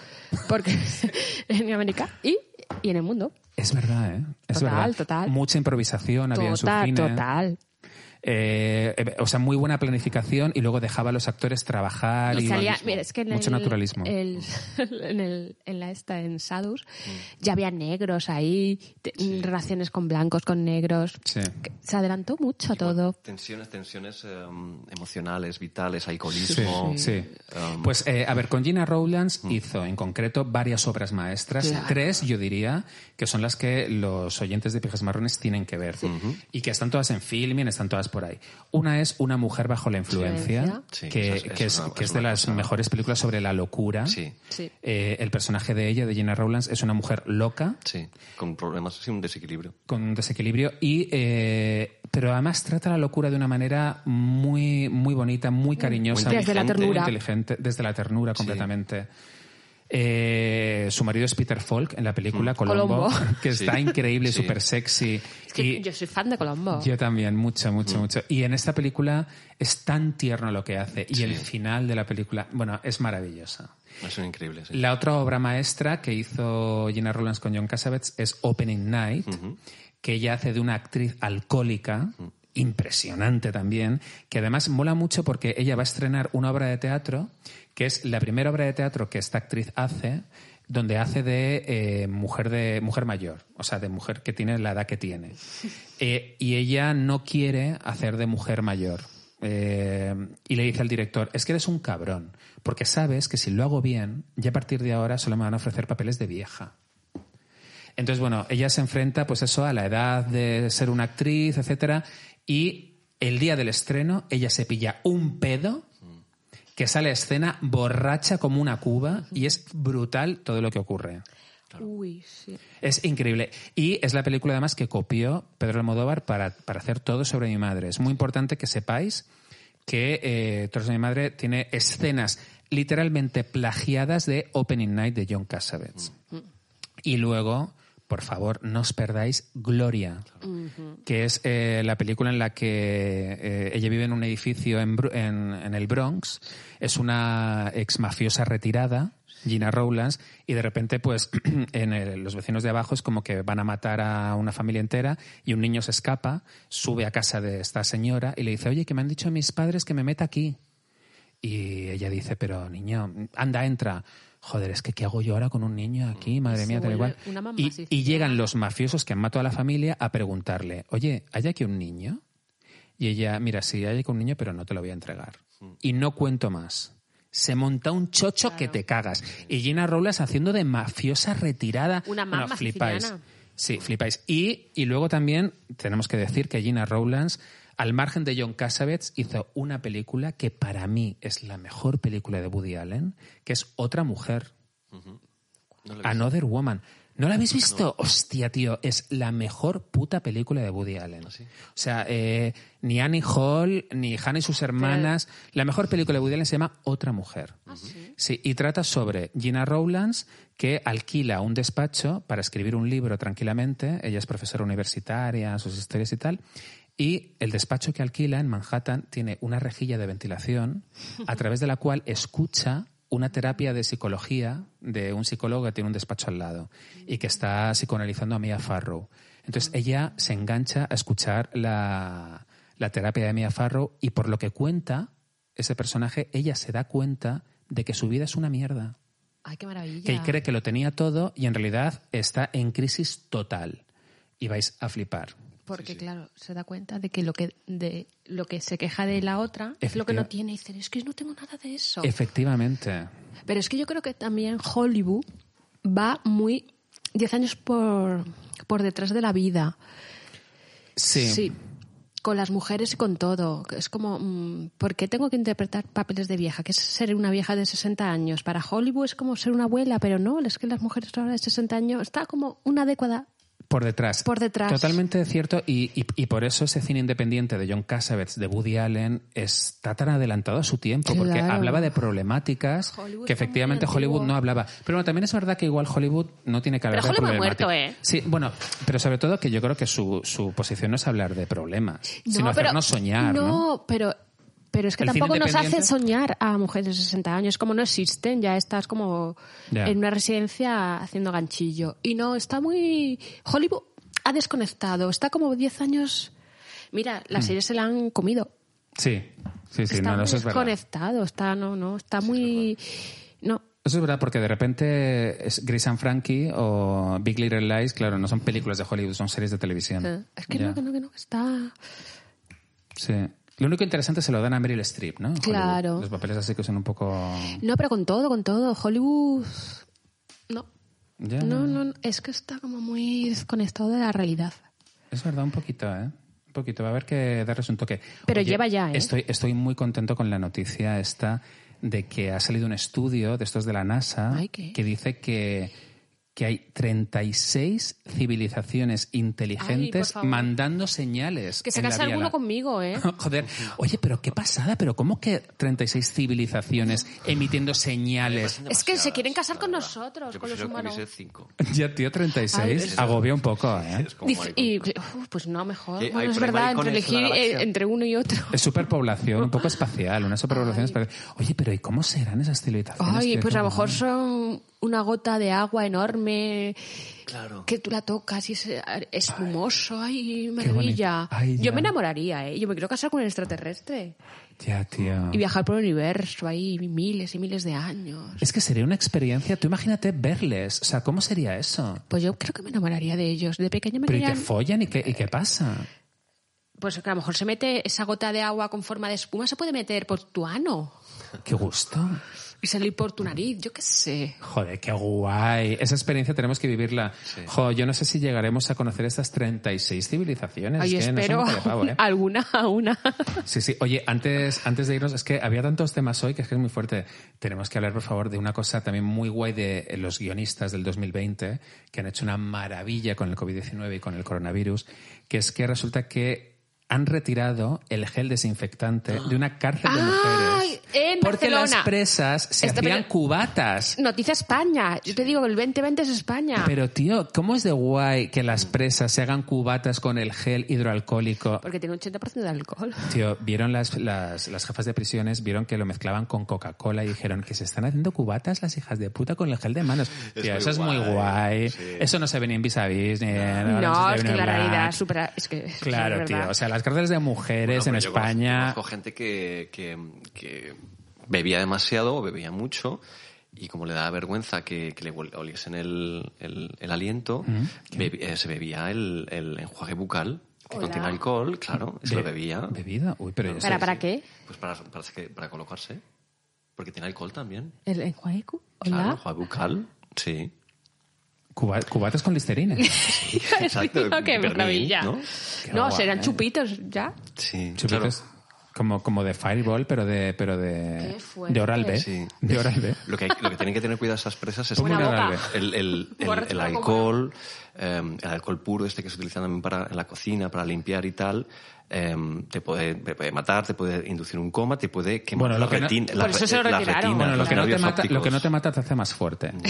S3: Porque en América y, y en el mundo.
S2: Es verdad, ¿eh? Es
S3: Total,
S2: verdad.
S3: total.
S2: Mucha improvisación había en su
S3: Total,
S2: cine.
S3: total.
S2: Eh, eh, o sea, muy buena planificación y luego dejaba a los actores trabajar.
S3: Y
S2: Y
S3: salía, mira, es que en
S2: mucho
S3: el-
S2: naturalismo.
S3: el- en, el- en la esta, en Sadus, ya había negros ahí, te- relaciones con blancos, con negros.
S2: Sí.
S3: Que Se adelantó mucho todo.
S4: Tensiones, tensiones eh, emocionales, vitales, alcoholismo.
S2: Sí.
S4: Um, mm.
S2: pues eh, a ver, con Gina Rowlands hizo en concreto varias obras maestras, tres yo diría, que son las que los oyentes de Pijas Marrones tienen que ver y que están todas en filming, están todas por ahí. Una es Una mujer bajo la influencia,
S3: Influencia.
S4: Sí,
S2: que,
S4: esa es-
S2: que
S4: es
S2: es,
S4: una-
S2: que
S4: es
S2: es de
S4: una
S2: las
S4: cosa-
S2: mejores películas sobre la locura.
S4: Sí.
S3: Sí.
S2: Eh, el personaje de ella, de Gina Rowlands, es una mujer loca,
S4: Sí, con problemas, sí, un desequilibrio.
S2: con un desequilibrio y eh, pero además trata la locura de una manera muy muy bonita muy cariñosa
S4: Muy
S3: Desde la
S4: inteligente,
S2: muy
S3: ternura.
S2: inteligente desde la ternura completamente Eh, su marido es Peter Falk en la película Colombo,
S3: Colombo.
S2: que está increíble
S4: Mm. Sí.
S2: súper sexy
S3: Es que yo soy fan de Colombo.
S2: yo también, mucho,
S4: Mm.
S2: mucho, mucho. Y en esta película es tan tierno lo que hace. Y el final de la película, bueno, es maravillosa.
S4: Es un increíble, sí.
S2: La otra obra maestra que hizo Gina Rowlands con John Cassavetes es Opening Night, que ella hace de una actriz alcohólica, impresionante también, que además mola mucho porque ella va a estrenar una obra de teatro, que es la primera obra de teatro que esta actriz hace, donde hace de eh, mujer de mujer mayor, o sea, de mujer que tiene la edad que tiene. Eh, y ella no quiere hacer de mujer mayor. Eh, y le dice al director, es que eres un cabrón, porque sabes que si lo hago bien, ya a partir de ahora solo me van a ofrecer papeles de vieja. Entonces, bueno, ella se enfrenta, pues eso, a la edad de ser una actriz, etcétera, y el día del estreno ella se pilla un pedo que sale a escena borracha como una cuba y es brutal todo lo que ocurre.
S3: Uy, sí.
S2: Es increíble. Y es la película además que copió Pedro Almodóvar para, para hacer todo sobre mi madre. Es muy importante que sepáis que eh, Todo sobre mi madre tiene escenas literalmente plagiadas de Opening Night de John Cassavetes. Y luego, por favor, no os perdáis Gloria, que es eh, la película en la que eh, ella vive en un edificio en, Bru- en- en el Bronx. Es una ex mafiosa retirada, Gina Rowlands, y de repente, pues, en el- los vecinos de abajo es como que van a matar a una familia entera y un niño se escapa, sube a casa de esta señora y le dice, oye, que me han dicho mis padres que me meta aquí. Y ella dice, pero niño, anda, entra. Joder, es que ¿qué hago yo ahora con un niño aquí? Madre
S3: Se
S2: mía, tal y
S3: vuelve
S2: cual.
S3: una mamá,
S2: Y,
S3: sí.
S2: y llegan los mafiosos que han matado a la familia a preguntarle, oye, ¿hay aquí un niño? Y ella, mira, sí, hay aquí un niño, pero no te lo voy a entregar. Y no cuento más. Se monta un chocho que te cagas. Y Gina Robles haciendo de mafiosa retirada.
S3: Una
S2: Bueno,
S3: mamá
S2: flipáis.
S3: siciliana.
S2: Sí, flipáis. Y, y luego también tenemos que decir que Gina Rowlands, al margen de John Cassavetes, hizo una película que para mí es la mejor película de Woody Allen, que es Otra Mujer,
S4: No lo he
S2: Another Woman. ¿No la habéis visto? Hostia, tío, es la mejor puta película de Woody
S4: ¿Ah,
S2: Allen. O sea, eh, ni Annie Hall, ni Hannah y sus hermanas. La mejor película de Woody Allen se llama Otra Mujer. Sí, y trata sobre Gina Rowlands que alquila un despacho para escribir un libro tranquilamente. Ella es profesora universitaria, sus historias y tal. Y el despacho que alquila en Manhattan tiene una rejilla de ventilación a través de la cual escucha una terapia de psicología de un psicólogo que tiene un despacho al lado y que está psicoanalizando a Mia Farrow. Entonces ella se engancha a escuchar la, la terapia de Mia Farrow y por lo que cuenta ese personaje, ella se da cuenta de que su vida es una mierda
S3: Ay, qué maravilla.
S2: que cree que lo tenía todo y en realidad está en crisis total. Y vais a flipar.
S3: Porque, claro, se da cuenta de que lo que, de, lo que se queja de la otra es lo que no
S2: Efectiva-
S3: tiene. Y dicen, es que no tengo nada de eso.
S2: Efectivamente.
S3: Pero es que yo creo que también Hollywood va muy 10 años por, por detrás de la vida.
S2: Sí.
S3: Con las mujeres y con todo. Es como, mm, ¿por qué tengo que interpretar papeles de vieja? Que es ser una vieja de 60 años. Para Hollywood es como ser una abuela, pero no, es que las mujeres ahora de 60 años está como una década.
S2: Por detrás.
S3: Por detrás.
S2: Totalmente cierto. Y, y- y por eso ese cine independiente de John Cassavetes, de Woody Allen, está tan adelantado a su tiempo. Porque
S3: Claro.
S2: hablaba de problemáticas
S3: Hollywood
S2: que
S3: está muy
S2: efectivamente Hollywood
S3: antiguo.
S2: no hablaba. Pero bueno, también es verdad que igual Hollywood no tiene que hablar
S3: Pero
S2: de
S3: Hollywood ha
S2: problemáticas.
S3: muerto, ¿eh?
S2: Sí, bueno, pero sobre todo que yo creo que su, su posición no es hablar de problemas, sino
S3: pero-
S2: hacernos soñar.
S3: No,
S2: ¿no?
S3: pero. Pero es que
S2: El cine
S3: tampoco nos
S2: independiente-
S3: hace soñar a mujeres de 60 años, como no existen, ya estás como
S2: Ya.
S3: en una residencia haciendo ganchillo. Y no, está muy... Hollywood ha desconectado, está como 10 años... Mira, las series se la han comido.
S2: Sí, Mm. sí, sí.
S3: está
S2: no, no,
S3: muy
S2: eso es verdad.
S3: desconectado, está, no, no, está muy... no,
S2: Eso es verdad, porque de repente es Gris and Frankie o Big Little Lies, claro, no son películas de Hollywood, son series de televisión.
S3: eh, es que
S2: Ya,
S3: no, que no, que no, que está...
S2: Sí. Lo único interesante se lo dan a Meryl Streep, ¿no? En Hollywood.
S3: Claro.
S2: Los papeles así que son un poco...
S3: No, pero con todo, con todo, Hollywood... No,
S2: Ya,
S3: no, no, no, es que está como muy desconectado de la realidad.
S2: Es verdad, un poquito, ¿eh? Un poquito, va a haber que darles un toque.
S3: Pero lleva ya, ¿eh?
S2: Estoy, estoy muy contento con la noticia esta de que ha salido un estudio de estos de la NASA
S3: Ay, ¿qué?
S2: que dice que, que hay 36 civilizaciones inteligentes
S3: favor.
S2: mandando señales.
S3: Que se
S2: en la
S3: case
S2: Vía
S3: alguno
S2: Láctea.
S3: conmigo, ¿eh?
S2: Joder, oye, pero qué pasada, pero ¿cómo que 36 civilizaciones emitiendo señales?
S3: Es que se quieren casar con
S4: demasiadas, la
S3: nosotros,
S4: verdad. Yo
S3: con los
S4: prefiero que
S3: humanos.
S4: hubiese cinco.
S2: Ya, tío, 36
S3: Ay,
S2: agobia un poco, ¿eh?
S4: Es como
S3: Dice-
S4: hay-
S3: y uf, pues no, mejor.
S4: Eh, hay
S3: Bueno, es
S4: por ahí
S3: verdad, entre
S4: maricones en
S3: elegir
S4: la
S3: eh,
S4: galaxia.
S3: entre uno y otro.
S2: Es superpoblación, un poco espacial, una superpoblación espacial. Oye, pero ¿y cómo serán esas civilizaciones?
S3: Ay,
S2: que-
S3: pues a lo mejor son una gota de agua enorme
S4: Claro.
S3: que tú la tocas y es espumoso. Ay, maravilla.
S2: bonito. Ay,
S3: Yo
S2: ya.
S3: me enamoraría, ¿eh? Yo me quiero casar con un extraterrestre
S2: Ya, tío.
S3: y viajar por el universo ahí miles y miles de años.
S2: Es que sería una experiencia, tú imagínate verles, o sea, ¿cómo sería eso?
S3: Pues yo creo que me enamoraría de ellos. De pequeña me
S2: Pero ¿y te
S3: querían-
S2: follan y qué, y qué pasa?
S3: Pues que a lo mejor se mete esa gota de agua con forma de espuma, se puede meter por tu ano
S2: Qué gusto.
S3: y salir por tu nariz, yo qué sé.
S2: Joder, qué guay. Esa experiencia tenemos que vivirla. Jo, yo no sé si llegaremos a conocer estas 36 civilizaciones.
S3: Ay, yo
S2: es que no
S3: espero
S2: somos de pavo, ¿eh?
S3: alguna a una.
S2: Sí, sí. Oye, antes, antes de irnos, es que había tantos temas hoy que es que es muy fuerte. Tenemos que hablar, por favor, de una cosa también muy guay de eh, los guionistas del 2020, que han hecho una maravilla con el COVID-19 y con el coronavirus, que es que resulta que han retirado el gel desinfectante de una cárcel de
S3: ¡Ay!
S2: mujeres.
S3: En
S2: porque las
S3: Barcelona.
S2: presas se
S3: Está-
S2: hacían
S3: pero-
S2: cubatas.
S3: Noticia España. Yo te digo, el 2020 es España.
S2: Pero tío, ¿cómo es de guay que las presas se hagan cubatas con el gel hidroalcohólico?
S3: Porque tiene un 80% de alcohol.
S2: Tío, vieron las, las, las jefas de prisiones, vieron que lo mezclaban con Coca-Cola y dijeron que se están haciendo cubatas las hijas de puta con el gel de manos.
S4: Es
S2: Tío,
S4: muy
S2: eso es muy
S4: guay,
S2: guay.
S4: sí.
S2: Eso no se ve ni en vis a vis, ni en
S3: No,
S2: Orange is the
S3: es que
S2: New
S3: la
S2: Black.
S3: realidad supera... Es que,
S2: Claro,
S3: es verdad.
S2: tío. O sea, las cárceles de mujeres
S4: Bueno,
S2: en
S4: pero yo conozco-
S2: España.
S4: Conozco gente que, que- que bebía demasiado o bebía mucho y como le daba vergüenza que, que le huel- oliesen el, el- el aliento, bebi- eh, se bebía el, el enjuague bucal que
S3: Hola.
S4: contiene alcohol, claro, se lo
S2: Be-
S4: bebía.
S2: ¿Bebida? Uy, pero eso-
S3: ¿Para, para qué?
S4: Pues para, para, que- para colocarse, porque tiene alcohol también.
S3: ¿El enjuague? cu-
S4: Claro,
S3: ¿Hola?
S4: enjuague bucal, sí.
S2: cuba- cubatas con listerina.
S4: Exacto,
S3: ¡Qué
S4: pernil,
S3: maravilla! No,
S4: ¿no?
S2: Qué guay,
S3: serán
S2: ¿eh?
S3: chupitos ya.
S4: Sí, claro.
S2: Chupitos. Como, como de Fireball, pero de, pero de,
S3: Qué fuerte.
S2: de Oral B.
S4: Sí.
S2: De Oral B.
S4: Lo que, hay- lo que tienen que tener cuidado estas presas es
S2: Ponme
S4: que
S2: un
S3: Una boca.
S2: Oral B.
S4: el, el- el-
S3: Borracho
S4: el em,
S3: como
S4: alcohol, eh, el alcohol puro este que se utiliza también para, en la cocina, para limpiar y tal, eh, te, puede, te puede matar, te puede inducir un coma, te puede quemar
S2: Bueno, lo
S4: la,
S2: que no-
S4: retin- la
S3: Por eso
S4: re-
S3: se lo
S4: la
S3: retiraron.
S4: retina,
S3: Bueno,
S2: Bueno, lo
S4: los
S2: que, no te
S4: nervios
S2: mata, lo que no
S4: ópticos. Mm.
S2: te mata te hace más fuerte, en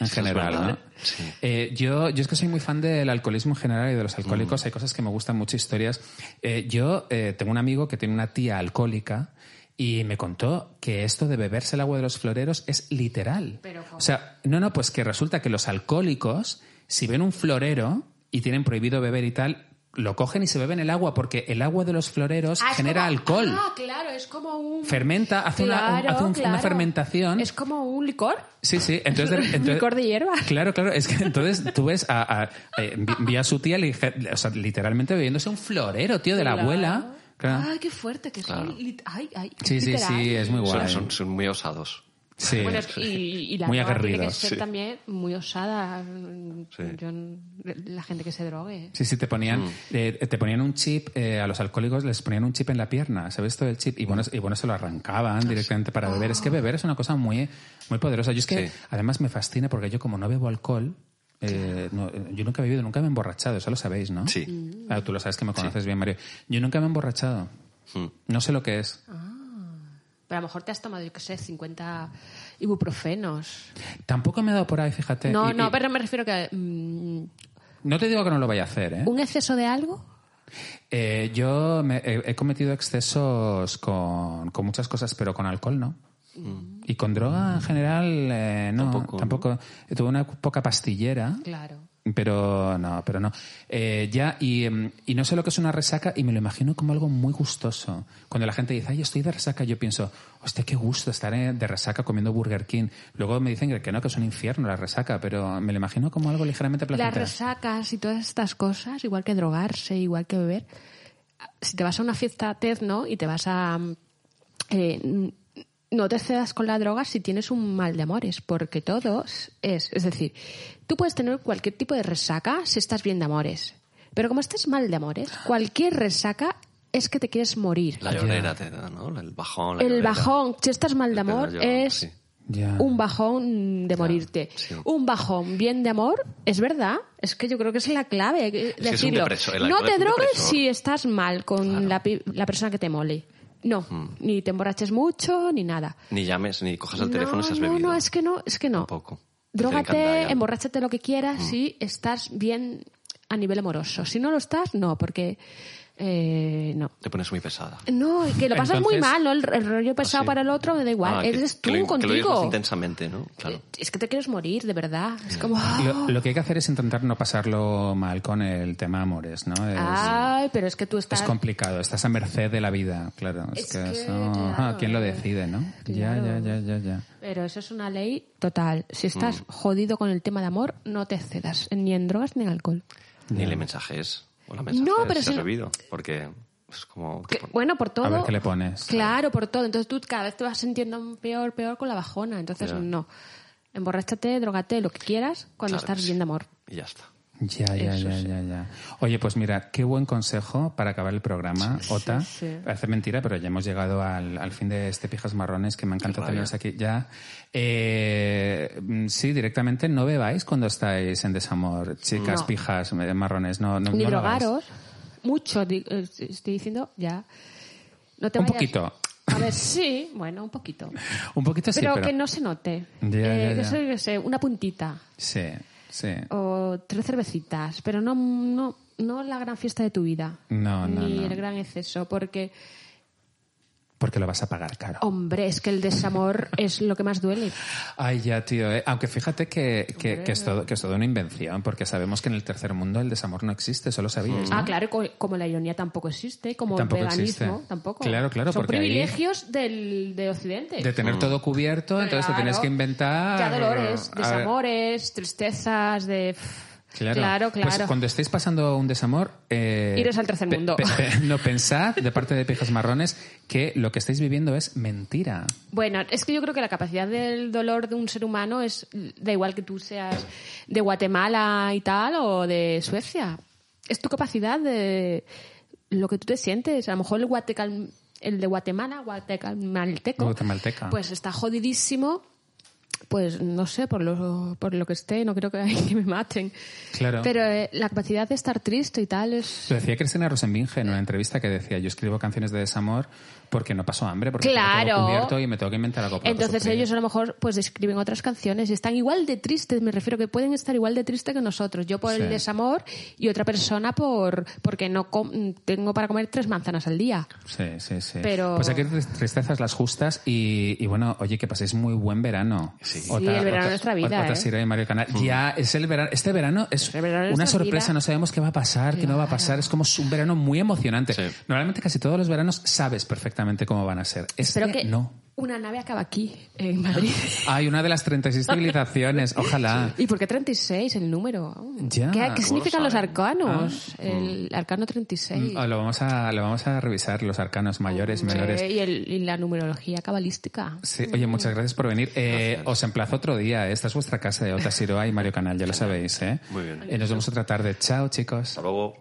S4: es
S2: general.
S4: verdad,
S2: ¿no?
S4: ¿eh? Sí. Mm.
S2: Eh, yo, yo es que soy muy fan del alcoholismo en general y de los alcohólicos. Hay cosas que me gustan mucho, historias. Eh, yo eh, tengo un amigo que tiene una tía alcohólica y me contó que esto de beberse el agua de los floreros es literal.
S3: Pero, ¿cómo?
S2: o sea, no, no, pues que resulta que los alcohólicos, si ven un florero y tienen prohibido beber y tal, lo cogen y se beben el agua porque el agua de los floreros
S3: Ah, es
S2: genera
S3: como-
S2: alcohol.
S3: Ah, claro, es como un...
S2: Fermenta, hace una-
S3: Claro,
S2: hace un- una
S3: claro.
S2: fermentación.
S3: Es como un licor.
S2: Sí, sí. Entonces, de-
S3: Un
S2: entonces-
S3: licor de hierba.
S2: Claro, claro. Es que entonces tú ves a, a- eh, vi, vi a su tía, le dije- o sea, literalmente bebiéndose un florero, tío, de la
S3: Claro.
S2: abuela. Claro.
S3: Ay, qué fuerte que
S4: Claro.
S3: soy. Lit- Ay, ay,
S2: sí, sí,
S3: literal.
S2: sí. Es muy
S4: Son-
S2: guay.
S4: son- son muy osados.
S2: Eh, Sí.
S3: Bueno, es- y, y la
S2: Muy
S3: droga tiene que
S2: aguerridos,
S3: ser
S4: sí.
S3: también muy osada.
S4: Sí.
S3: Yo n- la gente que se drogue.
S2: Sí, sí, te ponían,
S4: Mm.
S2: eh, te ponían un chip, eh, a los alcohólicos les ponían un chip en la pierna, ¿sabes todo el chip? Y bueno, y bueno, se lo arrancaban directamente para beber. Es que beber es una cosa muy, muy poderosa. Yo es que
S4: Ah. Sí.
S2: además me fascina porque yo como no bebo alcohol, eh, no, eh, yo nunca he bebido, nunca me he emborrachado, eso lo sabéis, ¿no?
S4: Sí.
S3: Mm.
S2: Ah, tú lo sabes que me conoces bien, Mario. Yo nunca me he emborrachado.
S4: Mm.
S2: No sé lo que es.
S3: Ah. Pero a lo mejor te has tomado, yo qué sé, 50 ibuprofenos.
S2: Tampoco me he dado por ahí, fíjate.
S3: No,
S2: Y-
S3: no,
S2: y-
S3: pero me refiero que... mm,
S2: no te digo que no lo vaya a hacer, ¿eh?
S3: ¿Un exceso de algo?
S2: Eh, yo me- he, he cometido excesos con, con muchas cosas, pero con alcohol no. Y con droga en general, eh, no. Mm. Tampoco.
S4: Tampoco,
S2: Tuve una poca pastillera.
S3: Claro.
S2: Pero no, pero no. Eh, ya, y, em, y no sé lo que es una resaca y me lo imagino como algo muy gustoso. Cuando la gente dice, ay, estoy de resaca, yo pienso, hostia, qué gusto estar eh, de resaca comiendo Burger King. Luego me dicen que no, que es un infierno la resaca, pero me lo imagino como algo ligeramente
S3: Las
S2: placentero.
S3: resacas y todas estas cosas, igual que drogarse, igual que beber. Si te vas a una fiesta tecno y te vas a... eh, n- no te cedas con la droga si tienes un mal de amores, porque todos es... Es decir, tú puedes tener cualquier tipo de resaca si estás bien de amores. Pero como estás mal de amores, cualquier resaca es que te quieres morir.
S4: La llorera te da, ¿no? El bajón. la
S3: El
S4: llorera.
S3: bajón, si estás mal de
S4: Te da
S3: amor,
S4: llorón,
S3: es
S4: sí.
S2: Ya.
S3: un bajón de morirte.
S4: sí.
S3: Un bajón bien de amor, es verdad. Es que yo creo que es la clave. que-
S4: es un
S3: decirlo.
S4: depresor, el
S3: no
S4: alcohol
S3: te
S4: es un
S3: drogues
S4: depresor.
S3: si estás mal con la, pi- la persona que te mole. No,
S4: Mm.
S3: ni te emborraches mucho, ni nada.
S4: Ni llames, ni cojas el
S3: no,
S4: teléfono si has
S3: no,
S4: bebido.
S3: no, es que no, es que no.
S4: Tampoco. Te encanta
S3: Drógate,
S4: ya. Mm.
S3: emborráchate lo que quieras si estás bien a nivel amoroso. Si no lo estás, no, porque eh, no.
S4: Te pones muy pesada.
S3: No, y que lo pasas muy
S2: Entonces-
S3: mal, ¿no? El, el rollo pesado
S4: ah, sí.
S3: para el otro me da igual.
S4: Ah, que-
S3: Eres tú
S4: que lo-
S3: contigo.
S4: Que lo digas intensamente, ¿no? Claro.
S3: Es que te quieres morir, de verdad. Es como.
S2: Lo, lo que hay que hacer es intentar no pasarlo mal con el tema amores, ¿no? Es,
S3: "Ah". Ay, pero es que tú estás.
S2: es complicado, estás a merced de la vida, claro. Es,
S3: Es
S2: que,
S3: que,
S2: eso,
S3: claro,
S2: ah, ¿quién lo decide, no? Ya,
S3: claro.
S2: ya, ya, ya, ya.
S3: Pero eso es una ley total. Si
S2: Mm.
S3: estás jodido con el tema de amor, no te excedas ni en drogas ni en alcohol.
S4: Ni le mensajes. O la mensajes
S3: No, pero
S4: si has
S3: si-
S4: bebido. Porque es como...
S3: Que, bueno, por todo.
S2: A ver qué le pones.
S3: Claro, por todo. Entonces tú cada vez te vas sintiendo peor, peor con la bajona. Entonces
S4: Ya.
S3: no. Emborráchate, drogate, lo que quieras cuando
S4: Claro,
S2: pues,
S3: estás bien de amor.
S4: Y ya está.
S2: Ya, ya,
S3: Eso
S2: ya,
S3: sí.
S2: ya, ya. Oye, pues mira, qué buen consejo para acabar el programa, Ota.
S3: sí.
S2: Parece mentira, pero ya hemos llegado al, al fin de este Pijas Marrones, que me encanta
S4: rabia.
S2: teneros aquí ya. Eh, mm, sí, directamente no bebáis cuando estáis en desamor, chicas,
S3: No.
S2: pijas, eh, marrones. No, no,
S3: ni
S2: no lo hagáis.
S3: drogaros. Mucho, di- eh, estoy diciendo ya. No te
S2: Un
S3: vayas-
S2: poquito.
S3: A ver, sí, bueno, un poquito.
S2: Un poquito Pues sí,
S3: pero,
S2: pero...
S3: que no se note.
S2: Ya,
S3: Eh,
S2: ya,
S3: que
S2: ya.
S3: eso, yo qué sé, una puntita
S2: Sí, sí.
S3: o tres cervecitas, pero no, no, no la gran fiesta de tu vida.
S2: No, no,
S3: Ni
S2: no.
S3: el gran exceso, porque,
S2: Porque lo vas a pagar caro.
S3: hombre, es que el desamor es lo que más duele.
S2: Ay, ya, tío. eh. Aunque fíjate que, que, que es todo, que es todo una invención, porque sabemos que en el tercer mundo el desamor no existe, solo sabíais. ¿no?
S3: Ah, claro, co- como la ironía tampoco existe, como
S2: Tampoco
S3: el veganismo
S2: existe.
S3: tampoco.
S2: Claro, claro,
S3: Son
S2: porque ahí-
S3: privilegios del, de Occidente.
S2: De tener todo cubierto, entonces te
S3: Claro.
S2: tienes que inventar.
S3: Ya dolores,
S2: A ver,
S3: desamores, tristezas, de.
S2: Claro,
S3: claro. claro.
S2: Pues cuando estéis pasando un desamor. Eh,
S3: Iros al tercer
S2: pe-
S3: mundo.
S2: pe- pe- no pensad, de parte de Pijas Marrones, que lo que estáis viviendo es mentira.
S3: Bueno, es que yo creo que la capacidad del dolor de un ser humano es, da igual que tú seas de Guatemala y tal o de Suecia. Es tu capacidad de lo que tú te sientes. A lo mejor el, guatecal, el de Guatemala, guatemalteco,
S2: Guatemalteca.
S3: pues está jodidísimo pues no sé, por lo, por lo que esté, no creo que, que me maten.
S2: Claro.
S3: Pero eh, la capacidad de estar triste y tal es...
S2: Lo decía Cristina Rosenbinge en una entrevista que decía, yo escribo canciones de desamor porque no paso hambre, porque tengo
S3: Claro.
S2: todo cubierto y me tengo que inventar algo para
S3: Entonces
S2: sufrir".
S3: ellos a lo mejor pues escriben otras canciones y están igual de tristes, me refiero que pueden estar igual de tristes que nosotros. Yo por
S2: Sí.
S3: el desamor y otra persona por porque no com- tengo para comer tres manzanas al día.
S2: Sí, sí, sí.
S3: Pero-
S2: Pues hay que tri- tristezas las justas y, y bueno, oye, que paséis muy buen verano. Sí,
S3: el verano de nuestra vida, ¿eh?
S2: y Mario Canal. Ya, es el verano. Este verano es
S3: El verano de
S2: una
S3: nuestra
S2: sorpresa,
S3: vida.
S2: no sabemos qué va a pasar, qué no va a pasar. Es como un verano muy emocionante.
S4: Sí.
S2: Normalmente casi todos los veranos sabes perfectamente cómo van a ser. Este
S3: Espero que
S2: no.
S3: una nave acaba aquí, en Madrid.
S2: Hay una de las 36 civilizaciones, ojalá.
S3: ¿Y por qué 36 el número?
S2: Ya, Ah,
S3: ¿Qué,
S2: ¿cómo
S3: qué
S2: lo
S3: significan los arcanos?
S2: mm.
S3: El arcano 36.
S2: Ah, Lo vamos, a, lo vamos a revisar, los arcanos mayores y menores.
S3: Eh, y, el- y la numerología cabalística.
S2: Sí, oye, muchas gracias por venir. Eh, os emplazo otro día. Esta es vuestra casa de Ota Siroa y Mario Canal, ya lo sabéis, ¿eh?
S4: Muy bien.
S2: Eh, nos vemos otra tarde. Chao, chicos.
S4: Hasta luego.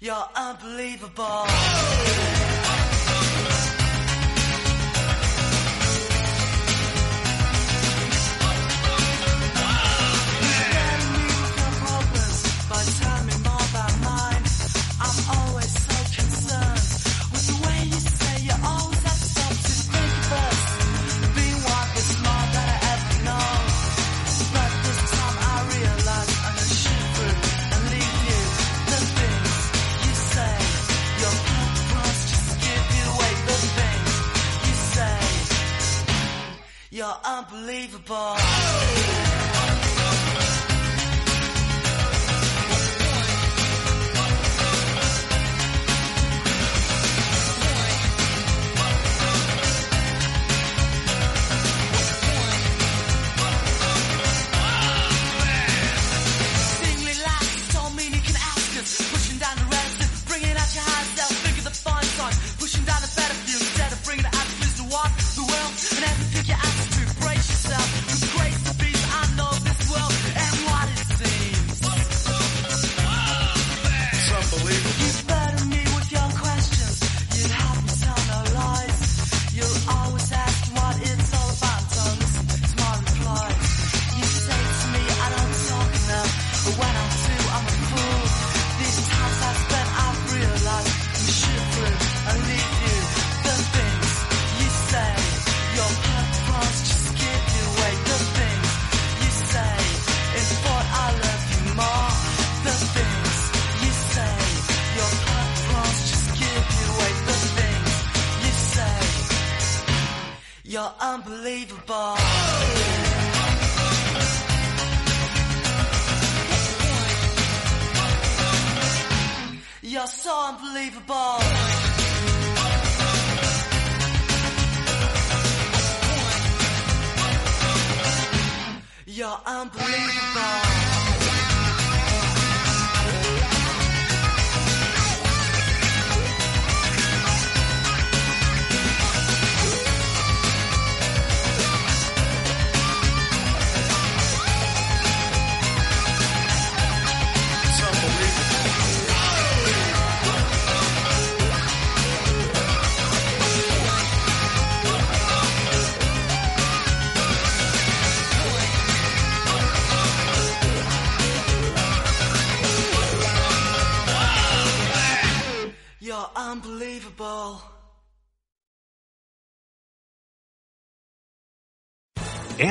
S5: You're unbelievable. You're unbelievable. Singly loud, don't mean you can ask us. Pushing down the resin, bringing out your high self, think of the fun time. Pushing down the battlefield instead of bringing the attitudes to walk the world. And as you pick your attitude, brace yourself. Cause grace the beast, I know this world and what it seems. You burden me with your questions. You haven't tell no lies. You always ask what it's all about. Don't listen to my replies. You say to me, I don't talk enough. But when I do, I'm a fool. These times I've spent, I've realized you shoot through and leave you. The things you say, your platforms just give you away. The things you say, it's what I love you more. The things you say, your platforms just give you away. The things you say, you're unbelievable. You're so unbelievable. You're unbelievable. You're unbelievable.